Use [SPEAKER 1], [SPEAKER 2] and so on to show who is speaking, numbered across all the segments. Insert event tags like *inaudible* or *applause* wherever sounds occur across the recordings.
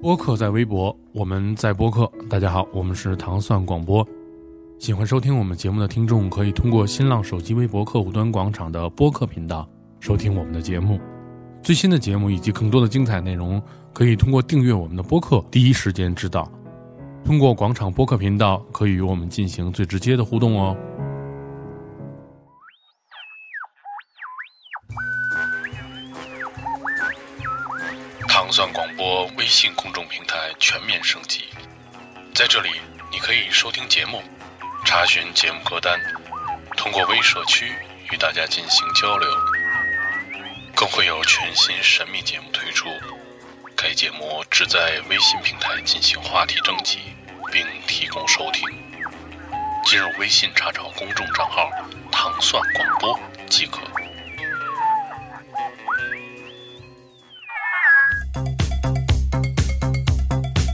[SPEAKER 1] 播客在微博，我们在播客。大家好，我们是糖蒜广播。喜欢收听我们节目的听众，可以通过新浪手机微博客户端广场的播客频道收听我们的节目。最新的节目以及更多的精彩内容，可以通过订阅我们的播客第一时间知道。通过广场播客频道，可以与我们进行最直接的互动哦。糖蒜广播微信公众平台全面升级，在这里你可以收听节目，查询节目歌单，通过微社区与大家进行交流，更会有全新神秘节目推出。该节目只在微信平台进行话题征集，并提供收听。进入微信查找公众账号“糖蒜广播”即可。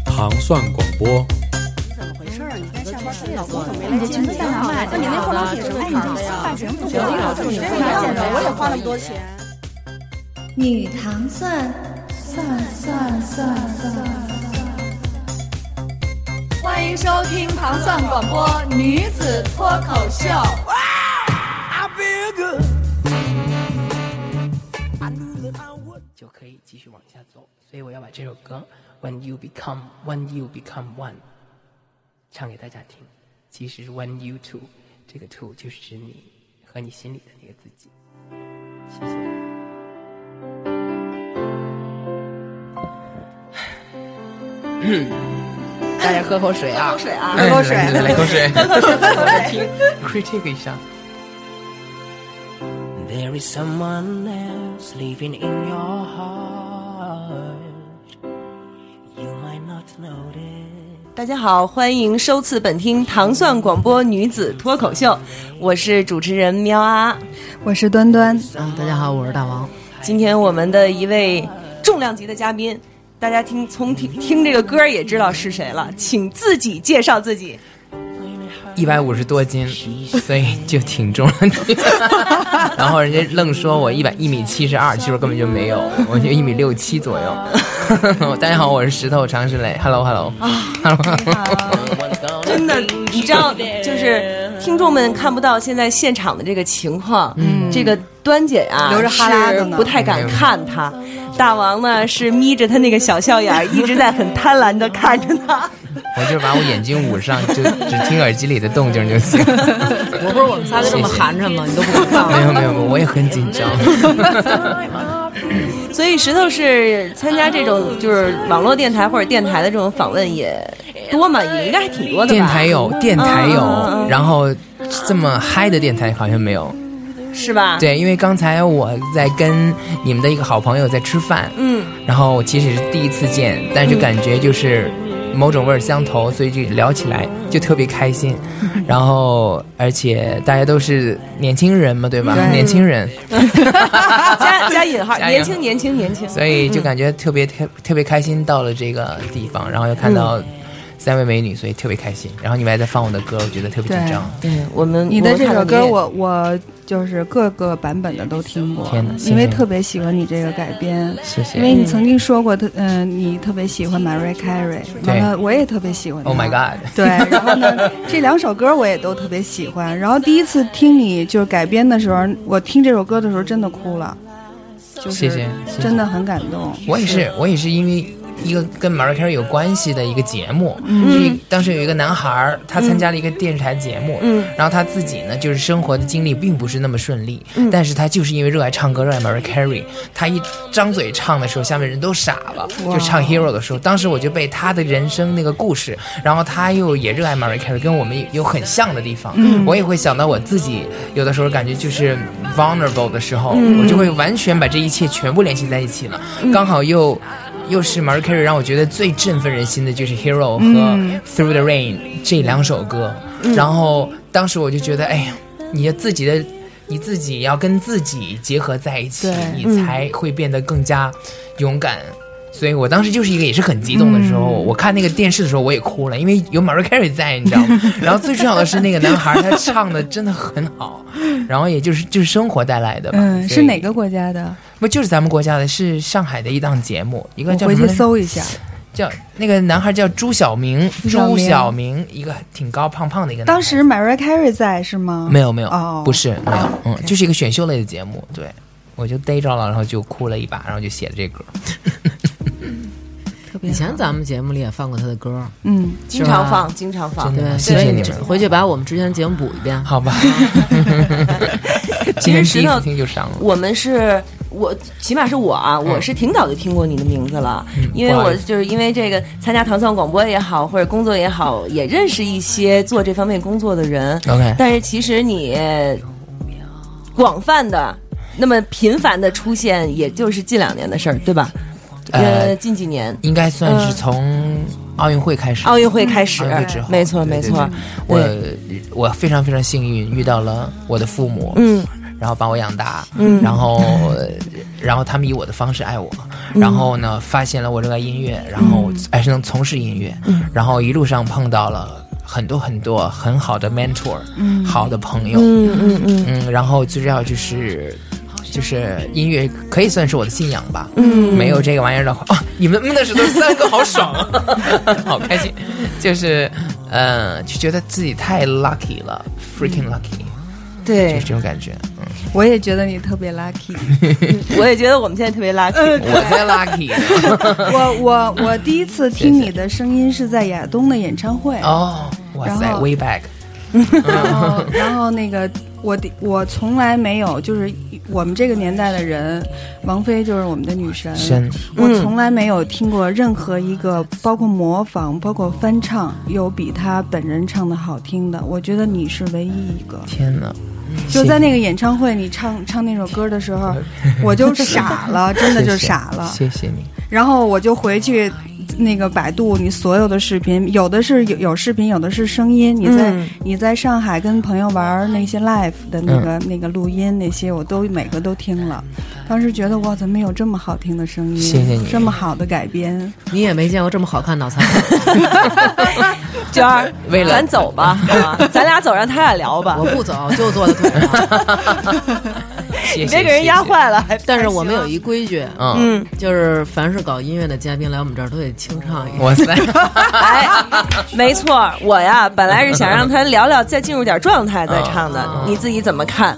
[SPEAKER 1] 糖蒜广播。
[SPEAKER 2] 怎么回事儿？你该下班儿
[SPEAKER 3] 是
[SPEAKER 2] 老公怎么没
[SPEAKER 3] 你
[SPEAKER 2] 来
[SPEAKER 3] 这
[SPEAKER 2] 接
[SPEAKER 3] 裙
[SPEAKER 2] 你
[SPEAKER 3] 子在哪儿买的
[SPEAKER 2] 那你那
[SPEAKER 3] 呀
[SPEAKER 2] 化妆品什么
[SPEAKER 3] 哎你
[SPEAKER 2] 牌
[SPEAKER 3] 这
[SPEAKER 2] 的呀？
[SPEAKER 3] 发型不
[SPEAKER 2] 行
[SPEAKER 3] 行啊
[SPEAKER 2] 怎么这
[SPEAKER 3] 这
[SPEAKER 2] 个
[SPEAKER 3] 个
[SPEAKER 2] 样
[SPEAKER 3] 样
[SPEAKER 2] 子
[SPEAKER 3] 子？
[SPEAKER 2] 我也花那么多钱。
[SPEAKER 4] 女糖蒜，蒜蒜蒜蒜蒜。
[SPEAKER 3] 欢迎收听糖蒜广播女子脱口秀。
[SPEAKER 5] 就可以继续往下走。所以我要把这首歌《When You Become When You Become One》唱给大家听。其实 When You Two 这个 Two 就是指你和你心里的那个自己。谢谢。大家喝口水啊！喝口水啊！喝口水！来口水！喝口水！喝口水！听，会这个一下。There is someone else living in your heart. You might not notice.
[SPEAKER 6] 大家好，欢迎收次本听糖蒜广播女子脱口秀，我是主持人喵啊。
[SPEAKER 4] 我是端端，
[SPEAKER 3] 啊，大家好，我是大王。
[SPEAKER 6] 今天我们的一位重量级的嘉宾，大家听从听听这个歌儿也知道是谁了，请自己介绍自己。
[SPEAKER 5] 一百五十多斤，所以就挺重了。然后人家愣说我一百一米七十二，其实我根本就没有，我就一米六七左右。大家好，我是石头常石磊，Hello Hello Hello。
[SPEAKER 6] 真的，你知道，就是听众们看不到现在现场的这个情况，嗯，这个端姐啊，
[SPEAKER 2] 流着哈喇子呢
[SPEAKER 6] 是不太敢看他。大王呢是眯着他那个小笑眼儿，一直在很贪婪的看着他。
[SPEAKER 5] 我就把我眼睛捂上，就只听耳机里的动静就行。
[SPEAKER 3] 我不是我们仨就这么含着吗？你都不知道。
[SPEAKER 5] 没有没有，我也很紧
[SPEAKER 3] *laughs*
[SPEAKER 5] 张。
[SPEAKER 6] 所以石头是参加这种就是网络电台或者电台的这种访问也多嘛，也应该还挺多的吧。
[SPEAKER 5] 电台有，电台有，
[SPEAKER 6] 嗯嗯嗯
[SPEAKER 5] 然后这么嗨的电台好像没有。
[SPEAKER 3] 嗯
[SPEAKER 6] 是吧？，
[SPEAKER 5] 对，因为刚才我在跟你们的一个好朋友在吃饭，
[SPEAKER 6] 嗯，
[SPEAKER 5] 然后其实也是第一次见，但是就感觉就是某种味儿相投，所以就聊起来就特别开
[SPEAKER 3] *laughs*
[SPEAKER 5] 心。然后，而且大家都是年轻人嘛，对吧？年轻人，
[SPEAKER 6] *laughs* 加加引号，
[SPEAKER 5] 加引
[SPEAKER 6] 年
[SPEAKER 5] 号
[SPEAKER 6] 轻年轻年轻。
[SPEAKER 5] 所以
[SPEAKER 4] 嗯
[SPEAKER 5] 就感觉特别特特别开心。到了这个地方，然后又看到
[SPEAKER 4] 嗯
[SPEAKER 5] 三位美女，所以特别开心。然后你们还在放我的歌，我觉得特别紧张。
[SPEAKER 6] 对我们
[SPEAKER 4] 你的这首歌
[SPEAKER 6] 看到你
[SPEAKER 4] 我我就是各个版本的都听过
[SPEAKER 5] 天哪，谢谢
[SPEAKER 4] 因为特别喜欢你这个改编。
[SPEAKER 5] 谢
[SPEAKER 4] 因
[SPEAKER 5] 谢
[SPEAKER 4] 为你曾经说过，特嗯、你特别喜欢 Mariah Carey，
[SPEAKER 5] 对
[SPEAKER 4] 然后我也特别喜欢她。
[SPEAKER 5] ，Oh my God！
[SPEAKER 4] 对，然后呢，这两首歌我也都特别喜欢。然后第一次听你就是改编的时候，我听这首歌的时候真的哭了，就是
[SPEAKER 5] 谢谢谢谢
[SPEAKER 4] 真的很感动。
[SPEAKER 5] 我也是，我也是因为一个跟 Mariah Carey 有关系的一个节目，是当时有一个男孩儿，他参加了一个电视台节目，
[SPEAKER 6] 嗯
[SPEAKER 5] 然后他自己呢，就是生活的经历并不是那么顺利，但是他就是因为热爱唱歌，热爱 Mariah Carey，他一张嘴唱的时候，下面人都傻了，就唱 Hero 的时候，当时我就被他的人生那个故事，然后他又也热爱 Mariah Carey，跟我们有很像的地方，我也会想到我自己有的时候感觉就是 vulnerable 的时候，我就会完全把这一切全部联系在一起了，刚好又。又是 Mariah Carey 让我觉得最振奋人心的就是 Hero 和 Through the Rain 这两首歌，然后当时我就觉得，哎呀，你自己的你自己要跟自己结合在一起，你才会变得更加勇敢。所以我当时就是一个也是很激动的时候，
[SPEAKER 4] 嗯
[SPEAKER 5] 我看那个电视的时候我也哭了，因为有 Mariah Carey 在，你
[SPEAKER 4] *laughs*
[SPEAKER 5] 知道吗？然后最重要的是那个男孩他唱的真的很好，然后也就是就是生活带来的吧。
[SPEAKER 4] 嗯，
[SPEAKER 5] 所
[SPEAKER 4] 是
[SPEAKER 5] 以
[SPEAKER 4] 哪个国家的？
[SPEAKER 5] 不就是咱们国家的，是上海的一档节目，一个
[SPEAKER 4] 我
[SPEAKER 5] 叫
[SPEAKER 4] 回
[SPEAKER 5] 什
[SPEAKER 4] 去
[SPEAKER 5] 么来着？
[SPEAKER 4] 搜一下。
[SPEAKER 5] 叫那个男孩叫朱晓明，
[SPEAKER 4] 晓
[SPEAKER 5] 朱
[SPEAKER 4] 明
[SPEAKER 5] 晓明，一个挺高胖胖的一个男孩。
[SPEAKER 4] 当时 Mariah Carey 在是吗？
[SPEAKER 5] 没有没有，
[SPEAKER 4] 哦
[SPEAKER 5] 不是没有，嗯，就是一个选秀类的节目，对。我就逮着了，然后就哭了一把，然后就写的这歌。
[SPEAKER 7] 以前咱们节目里也放过他的歌儿，
[SPEAKER 4] 嗯，
[SPEAKER 6] 经常放，经常放
[SPEAKER 5] 真。的
[SPEAKER 7] 对，
[SPEAKER 5] 谢
[SPEAKER 7] 所以
[SPEAKER 5] 谢你
[SPEAKER 7] 你
[SPEAKER 5] 们
[SPEAKER 7] 回去把我们之前的节目补一遍。
[SPEAKER 4] *laughs*
[SPEAKER 5] 好吧，
[SPEAKER 6] 其
[SPEAKER 5] 今
[SPEAKER 6] 实
[SPEAKER 5] 天
[SPEAKER 6] 石
[SPEAKER 5] 第一
[SPEAKER 6] 头
[SPEAKER 5] 次听就伤了。
[SPEAKER 6] 我们是我，起码是我啊，我是挺早就听过你的名字了，因为
[SPEAKER 5] 嗯不好
[SPEAKER 6] 我
[SPEAKER 5] 意思
[SPEAKER 6] 就是因为这个参加糖蒜广播也好，或者工作也好，也认识一些做这方面工作的人。
[SPEAKER 5] OK，
[SPEAKER 6] 但是呃其实你呃广泛的、那么频繁的出现，也就是近两年的事儿，对吧？
[SPEAKER 5] 呃
[SPEAKER 6] 近几年
[SPEAKER 5] 应该算是从奥运会开始，
[SPEAKER 6] 奥运会开始
[SPEAKER 5] 奥运会之，后
[SPEAKER 6] 没错
[SPEAKER 5] 对
[SPEAKER 6] 没
[SPEAKER 5] 对
[SPEAKER 6] 错，
[SPEAKER 5] 我
[SPEAKER 6] 对
[SPEAKER 5] 我非常非常幸运遇到了我的父母，
[SPEAKER 6] 嗯，
[SPEAKER 5] 然后把我养大，嗯，然后呃然后他们以我的方式爱我，
[SPEAKER 6] 嗯
[SPEAKER 5] 然后呢发现了我热爱音乐，然后爱上从事音乐，
[SPEAKER 6] 嗯
[SPEAKER 5] 然后一路上碰到了。很多很多很好的 mentor，、嗯、好的朋友，嗯嗯嗯然后最重要就是就是音乐可以算是我的信仰吧，嗯，没有这个玩意儿的话，哦，你们嗯的时候三个好爽啊，好开心，就是嗯、呃就觉得自己太 lucky 了，freaking lucky，、就
[SPEAKER 6] 对
[SPEAKER 5] 是这种感觉，嗯。
[SPEAKER 4] 我也觉得你特别
[SPEAKER 5] *laughs*
[SPEAKER 4] lucky。
[SPEAKER 6] 我也觉得我们现在特别 *laughs* lucky。
[SPEAKER 5] 我在 lucky
[SPEAKER 4] 我我我第一次听你的声音是在亚东的演唱会，
[SPEAKER 5] 哦，哇塞
[SPEAKER 4] 然后
[SPEAKER 5] ，way back，
[SPEAKER 4] 然后然后那个我第我从来没有，就是我们这个年代的人，王菲就是我们的女神，
[SPEAKER 5] 神
[SPEAKER 4] 我从来没有听过任何一个包括模仿、包括翻唱有比她本人唱的好听的，我觉得你是唯一一个。
[SPEAKER 5] 天哪，
[SPEAKER 4] 嗯就在那个演唱会，你唱唱那首歌的时
[SPEAKER 5] *laughs*
[SPEAKER 4] 候，我就傻了，真的就傻了。
[SPEAKER 5] 谢谢你，
[SPEAKER 4] 然后我就回去那个百度你所有的视频，有的是有有视频，有的是声音。你在、
[SPEAKER 5] 嗯
[SPEAKER 4] 你在上海跟朋友玩那些 live 的那个、那个录音那些，我都每个都听了。当时觉得哇，怎么有这么好听的声音？
[SPEAKER 5] 谢谢你
[SPEAKER 4] 这么好的改编。
[SPEAKER 7] 你也没见过这么好看的脑残
[SPEAKER 6] *laughs*
[SPEAKER 7] 粉，
[SPEAKER 6] 娟儿，
[SPEAKER 5] 为了
[SPEAKER 6] 咱走
[SPEAKER 5] *laughs*
[SPEAKER 6] 吧，好吧咱俩走，让他俩聊吧
[SPEAKER 7] 我。不走，就坐在腿上。
[SPEAKER 5] 谢
[SPEAKER 6] *laughs* 你
[SPEAKER 5] 谢，
[SPEAKER 6] 别给人压坏了， *laughs* 还
[SPEAKER 7] 但是我们有一规矩，
[SPEAKER 5] 嗯，
[SPEAKER 7] 就是凡是搞音乐的嘉宾来我们这儿都得清唱一下。
[SPEAKER 5] 哇塞，
[SPEAKER 6] 哎，没错，我呀本来是想让他聊聊，再进入点状态再唱的，你自己怎么看？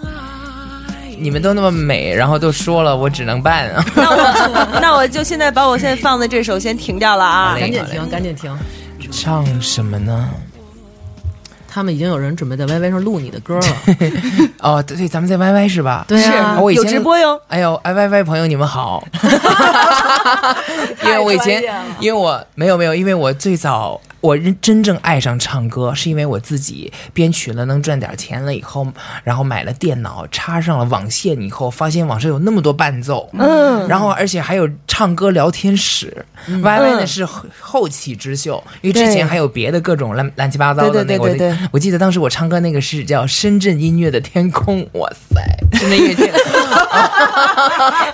[SPEAKER 5] 你们都那么美，然后都说了，我只能办啊，
[SPEAKER 6] *laughs* 那我那我就现在把我现在放的这首先停掉了啊
[SPEAKER 5] 好。嘞
[SPEAKER 7] 赶紧听，赶紧听，
[SPEAKER 5] 唱什么呢？
[SPEAKER 7] 他们已经有人准备在 YY 上录你的歌了。
[SPEAKER 5] 哦，对，对咱们在 YY 是吧？
[SPEAKER 7] 对啊
[SPEAKER 5] 啊，，我以
[SPEAKER 6] 有
[SPEAKER 5] 前
[SPEAKER 6] 直播哟。
[SPEAKER 5] 哎呦，I Y Y 朋友，你们好， *laughs* 因为我以前
[SPEAKER 6] 太专业了，
[SPEAKER 5] 因为我没有没有，因为我最早我认真正爱上唱歌，是因为我自己编曲了，能赚点钱了以后，然后买了电脑，插上了网线以后，发现网上有那么多伴奏，嗯，然后而且还有唱歌聊天室，Y
[SPEAKER 6] 嗯
[SPEAKER 5] Y 呢是后后起之秀，因为之
[SPEAKER 6] 对
[SPEAKER 5] 前还有别的各种乱乱七八糟
[SPEAKER 6] 对
[SPEAKER 5] 的
[SPEAKER 6] 对
[SPEAKER 5] 那个，我
[SPEAKER 6] 对对
[SPEAKER 5] 就我记得当时我唱歌那个是叫《深圳音乐的天空》，哇塞，深圳音乐天。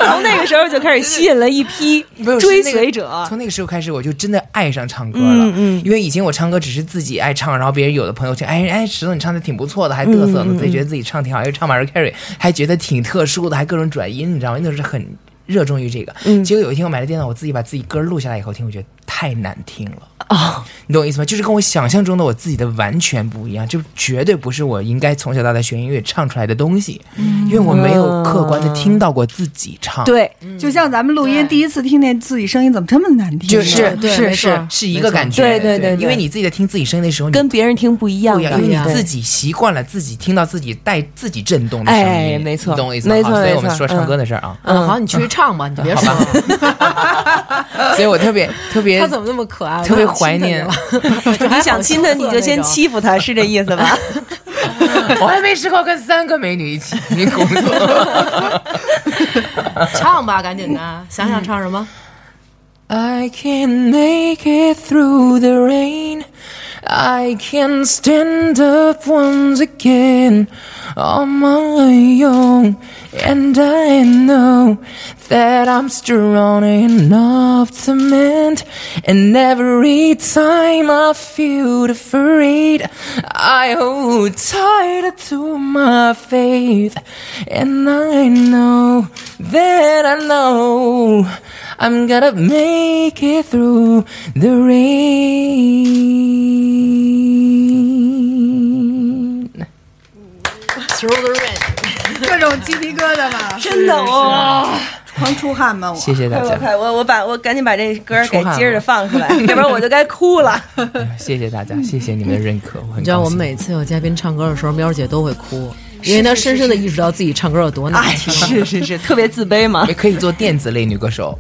[SPEAKER 6] 从那个时候就开始吸引了一批
[SPEAKER 5] 没有
[SPEAKER 6] 追
[SPEAKER 5] 是那个
[SPEAKER 6] 随者。嗯
[SPEAKER 5] 从那个时候开始，我就真的爱上唱歌了。因为以前我唱歌只是自己爱唱，然后别人有的朋友听，哎哎，石头你唱的挺不错的，还嘚
[SPEAKER 6] 嗯
[SPEAKER 5] 瑟呢，自己觉得自己唱挺好，又唱 Mariah Carey，还觉得挺特殊的，还各种转音，你知道吗？那时候是很热衷于这个。
[SPEAKER 6] 嗯
[SPEAKER 5] 结果有一天我买了电脑，我自己把自己歌录下来以后听，我觉得太难听了。
[SPEAKER 6] 哦
[SPEAKER 5] 你懂我意思吗？就是跟我想象中的我自己的完全不一样，就绝对不是我应该从小到大学音乐唱出来的东西，
[SPEAKER 6] 嗯
[SPEAKER 5] 因为我没有客观的听到过自己唱。
[SPEAKER 6] 对，
[SPEAKER 4] 就像咱们录音第一次听见自己声音怎么这么难听啊，
[SPEAKER 5] 就是
[SPEAKER 7] *laughs* 对
[SPEAKER 5] 是
[SPEAKER 7] 没错
[SPEAKER 5] 是是一个感觉，
[SPEAKER 6] 对对对对
[SPEAKER 5] 因为你自己在听自己声音的时候，你
[SPEAKER 6] 跟别人听不一样
[SPEAKER 5] 不一样，因
[SPEAKER 6] 的。嗯
[SPEAKER 5] 为
[SPEAKER 7] 对
[SPEAKER 5] 你自己习惯了自己听到自己带自己震动的声
[SPEAKER 6] 哎
[SPEAKER 5] 音，
[SPEAKER 6] 没错
[SPEAKER 5] 你懂我意思吗？
[SPEAKER 6] 没错
[SPEAKER 5] 好所以我
[SPEAKER 6] 没
[SPEAKER 5] 们
[SPEAKER 6] 错
[SPEAKER 5] 说唱歌的事儿啊，
[SPEAKER 7] 嗯，好，你去唱吧，你别说了。
[SPEAKER 5] 所以我特别特别
[SPEAKER 7] 他 *laughs* 怎么那么可爱？
[SPEAKER 5] 特别怀念
[SPEAKER 7] 我想亲他去
[SPEAKER 6] *laughs* 你想亲他，你
[SPEAKER 7] 了 *laughs*
[SPEAKER 6] 就先。欺负他，是这意思 *laughs* 吧？
[SPEAKER 5] 我还没试过跟三个美女一起工作。
[SPEAKER 7] 唱吧，赶紧的，想想唱什么？
[SPEAKER 5] I can make it through the rain. I can stand up once again on my own. And I know that I'm strong enough to mend. And every time I feel afraid, I hold tight to my faith. And I know that I know I'm gonna make it through the rain。
[SPEAKER 4] 各种鸡皮疙瘩嘛，
[SPEAKER 6] 真的哦哇！
[SPEAKER 4] 狂出汗嘛，我
[SPEAKER 5] 谢谢大
[SPEAKER 6] 快快快，
[SPEAKER 5] 家，
[SPEAKER 6] 我我把我赶紧把这歌儿给
[SPEAKER 5] 出汗
[SPEAKER 6] 接着
[SPEAKER 5] 了
[SPEAKER 6] 放出来，要不然我就该哭了。
[SPEAKER 5] 谢谢大家，
[SPEAKER 6] 嗯
[SPEAKER 5] 谢谢你们的认可，我很
[SPEAKER 7] 你知道
[SPEAKER 5] 高
[SPEAKER 7] 我
[SPEAKER 5] 兴
[SPEAKER 7] 们每次有嘉宾唱歌的时候，喵儿姐都会哭，因为她深深的意识到自己唱歌有多难
[SPEAKER 6] 哎，
[SPEAKER 7] 听。
[SPEAKER 6] 是是是， *laughs* 特别自卑嘛
[SPEAKER 5] 也。可以做电子类女歌手，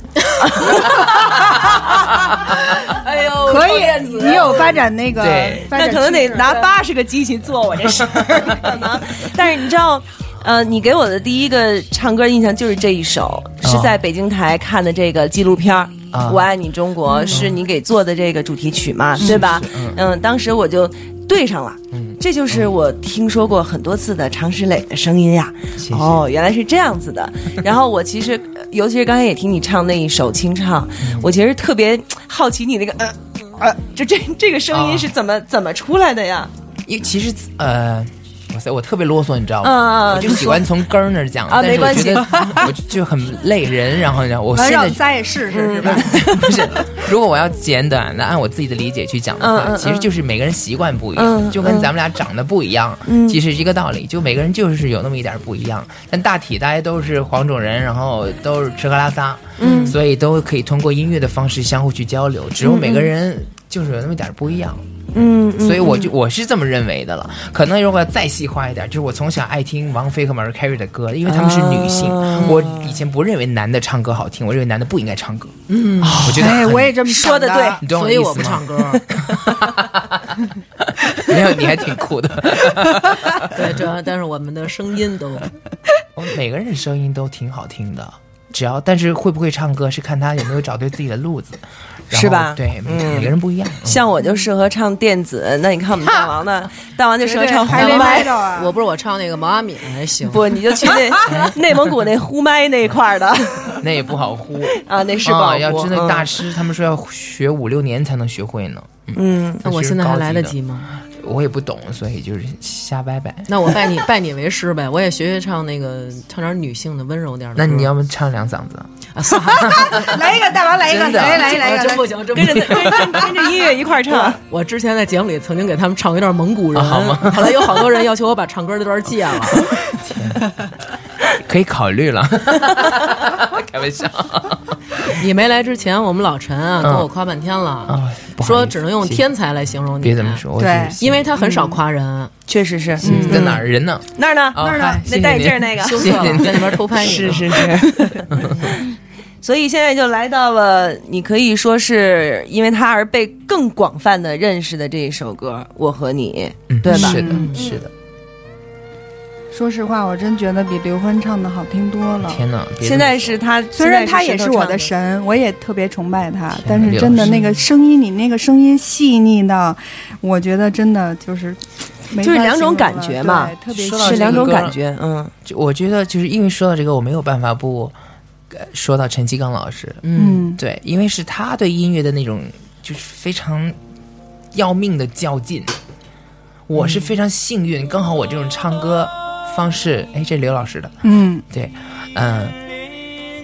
[SPEAKER 6] 哎呦，
[SPEAKER 4] 可以，你有发展那个
[SPEAKER 5] 对，
[SPEAKER 4] 发
[SPEAKER 6] 那
[SPEAKER 4] 展
[SPEAKER 6] 可能得
[SPEAKER 4] 趋势
[SPEAKER 6] 拿八十个机器做我这事儿，可
[SPEAKER 5] *laughs*
[SPEAKER 6] 能。但是你知道，呃，你给我的第一个唱歌印象就是这一首，是在北京台看的这个纪录片儿。
[SPEAKER 5] 啊
[SPEAKER 6] 我爱你中国》是你给做的这个主题曲嘛，对吧？嗯当时我就对上了，
[SPEAKER 5] 嗯
[SPEAKER 6] 这就是我听说过很多次的常石磊的声音呀。
[SPEAKER 5] 谢谢
[SPEAKER 6] 哦，原来是这样子的。
[SPEAKER 5] *laughs*
[SPEAKER 6] 然后我其实，呃尤其是刚才也听你唱那一首清唱，
[SPEAKER 5] 嗯
[SPEAKER 6] 我其实特别好奇你那个呃呃，就这这个声音
[SPEAKER 5] 啊
[SPEAKER 6] 是怎么怎么出来的呀？
[SPEAKER 5] 因为其实呃。哇塞，我特别啰嗦，你知
[SPEAKER 7] 啊
[SPEAKER 5] 道吗？
[SPEAKER 6] 嗯嗯嗯
[SPEAKER 5] 我就喜欢从根儿那儿讲，
[SPEAKER 6] 啊
[SPEAKER 5] 但是我觉
[SPEAKER 6] 没
[SPEAKER 5] 得我就就很累人。然后呢，我
[SPEAKER 4] 完了
[SPEAKER 5] 现
[SPEAKER 4] 让我们
[SPEAKER 5] 在
[SPEAKER 4] 仨也试
[SPEAKER 6] 嗯
[SPEAKER 4] 试是吧？
[SPEAKER 5] 不是，如果我要简短的按我自己的理解去讲的话，
[SPEAKER 6] 嗯嗯嗯
[SPEAKER 5] 其实就是每个人习惯不一样，
[SPEAKER 6] 嗯
[SPEAKER 5] 就跟咱们俩长得不一样，其实一个道理。就每个人就是有那么一点不一样，但大体大家都是黄种人，然后都是吃喝拉撒，嗯，所以都可以通过音乐的方式相互去交流。只有每个人就是有那么一点不一样。
[SPEAKER 6] 嗯
[SPEAKER 5] 所以我就我是这么认为的了。可能如果再细化一点，就是我从小爱听王菲和 Mariah Carey 的歌，因为她们是女性。
[SPEAKER 6] 啊
[SPEAKER 5] 我以前不认为男的唱歌好听，我认为男的不应该唱歌。嗯，我觉得
[SPEAKER 4] 哎，
[SPEAKER 5] 很
[SPEAKER 4] 我也这么
[SPEAKER 6] 说
[SPEAKER 4] 的
[SPEAKER 6] 得对
[SPEAKER 5] 啊你懂我
[SPEAKER 7] 所
[SPEAKER 5] 的
[SPEAKER 7] 以
[SPEAKER 5] 意
[SPEAKER 7] 我
[SPEAKER 5] 思
[SPEAKER 7] 不
[SPEAKER 5] 吗？
[SPEAKER 7] 唱歌，
[SPEAKER 5] *laughs* 没有，你还挺酷的。
[SPEAKER 7] *laughs*
[SPEAKER 5] *laughs*
[SPEAKER 7] 对，这但是我们的声音都
[SPEAKER 5] 我每个人的声音都挺好听的，只要但是会不会唱歌是看他有没有找对自己的路子，然后
[SPEAKER 6] 是吧
[SPEAKER 5] 对，每、
[SPEAKER 6] 嗯
[SPEAKER 5] 每个人不一样。
[SPEAKER 6] 像我就适合唱电子，那你看我们大王呢？大王就适合唱呼
[SPEAKER 4] 还没
[SPEAKER 6] 麦
[SPEAKER 4] 麦。到啊！
[SPEAKER 7] 我不是我唱那个毛阿敏还行，
[SPEAKER 6] 不，你就去那内蒙古那呼麦那块儿的
[SPEAKER 5] 嗯那也不好呼。
[SPEAKER 6] 啊，那是不好
[SPEAKER 5] 啊，要
[SPEAKER 6] 播
[SPEAKER 5] 真的大
[SPEAKER 6] 嗯
[SPEAKER 5] 师，他们说要学五六年才能学会呢。
[SPEAKER 6] 嗯，
[SPEAKER 7] 那我
[SPEAKER 5] 其实
[SPEAKER 7] 现在还
[SPEAKER 5] 高级
[SPEAKER 7] 来得
[SPEAKER 5] 的
[SPEAKER 7] 及嗯吗？
[SPEAKER 5] 我也不懂，所以就是瞎掰掰。
[SPEAKER 7] 那我拜你 *laughs* 拜你为师呗，我也学学唱那个唱点女性的温柔点儿的
[SPEAKER 5] 那
[SPEAKER 7] 歌。
[SPEAKER 5] 你要不唱两嗓子？
[SPEAKER 7] 啊算了
[SPEAKER 4] 来一个大王，来一个，
[SPEAKER 5] 真的
[SPEAKER 4] 来来来一
[SPEAKER 7] 啊
[SPEAKER 4] 个，
[SPEAKER 7] 真不
[SPEAKER 4] 来
[SPEAKER 7] 行，真不
[SPEAKER 6] 跟着
[SPEAKER 7] 行。 *laughs*
[SPEAKER 6] 跟跟跟着音乐一块儿唱，
[SPEAKER 7] 我之前在节目里曾经给他们唱一段蒙古人，
[SPEAKER 5] 啊好吗
[SPEAKER 7] *laughs* 后来有好多人要求我把唱歌那段戒
[SPEAKER 5] *laughs*
[SPEAKER 7] 了。
[SPEAKER 5] 可以考虑了， *laughs* 开玩笑
[SPEAKER 7] 你没来之前，我们老陈啊
[SPEAKER 5] 嗯
[SPEAKER 7] 给我夸半天了，
[SPEAKER 5] 啊，不好
[SPEAKER 7] 说
[SPEAKER 5] 意思
[SPEAKER 7] 只能用
[SPEAKER 5] 谢谢
[SPEAKER 7] 天才来形容你。
[SPEAKER 5] 别这么，说，我
[SPEAKER 4] 对
[SPEAKER 5] 就是
[SPEAKER 7] 因为他很少夸人，
[SPEAKER 6] 确实是嗯
[SPEAKER 5] 你嗯在哪儿人呢？
[SPEAKER 6] 那儿呢
[SPEAKER 5] 啊
[SPEAKER 6] 那儿呢
[SPEAKER 5] 嗨，
[SPEAKER 6] 那
[SPEAKER 5] 谢谢
[SPEAKER 6] 戴眼
[SPEAKER 5] 您
[SPEAKER 6] 镜儿那个
[SPEAKER 7] 羞涩
[SPEAKER 5] 谢谢
[SPEAKER 7] 了，
[SPEAKER 5] 您
[SPEAKER 7] 在那边偷拍你。
[SPEAKER 6] *laughs* 是是是。 *laughs* 所以现在就来到了，你可以说是因为它而被更广泛的认识的这一首歌《我和你
[SPEAKER 5] 嗯
[SPEAKER 6] 对吧
[SPEAKER 5] 是的，是的。
[SPEAKER 4] 说实话，我真觉得比刘欢唱的好听多了。
[SPEAKER 5] 天哪！》。别
[SPEAKER 6] 嗯现在是他，
[SPEAKER 4] 虽然他也
[SPEAKER 6] 现在
[SPEAKER 4] 是
[SPEAKER 6] 谁都
[SPEAKER 4] 我
[SPEAKER 6] 唱
[SPEAKER 4] 的神，我也特别崇拜他，
[SPEAKER 5] 哪
[SPEAKER 4] 但是真的那个声音，你那个声音细腻的，我觉得真的就是，没
[SPEAKER 6] 就是
[SPEAKER 4] 法
[SPEAKER 6] 两
[SPEAKER 4] 形
[SPEAKER 6] 种
[SPEAKER 4] 容
[SPEAKER 6] 感
[SPEAKER 4] 了
[SPEAKER 6] 觉嘛
[SPEAKER 4] 对特别
[SPEAKER 5] 说到
[SPEAKER 6] 是
[SPEAKER 5] 这
[SPEAKER 6] 两
[SPEAKER 5] 个
[SPEAKER 6] 种
[SPEAKER 5] 歌
[SPEAKER 6] 感觉，嗯，
[SPEAKER 5] 这我觉得就是因为说到这个，我没有办法不呃说到陈其刚老师。
[SPEAKER 4] 嗯，
[SPEAKER 5] 对，因为是他对音乐的那种就是非常要命的较劲。我
[SPEAKER 6] 嗯
[SPEAKER 5] 是非常幸运，刚好我这种唱歌方式，哎，这刘老师的，
[SPEAKER 4] 嗯，
[SPEAKER 5] 对，嗯，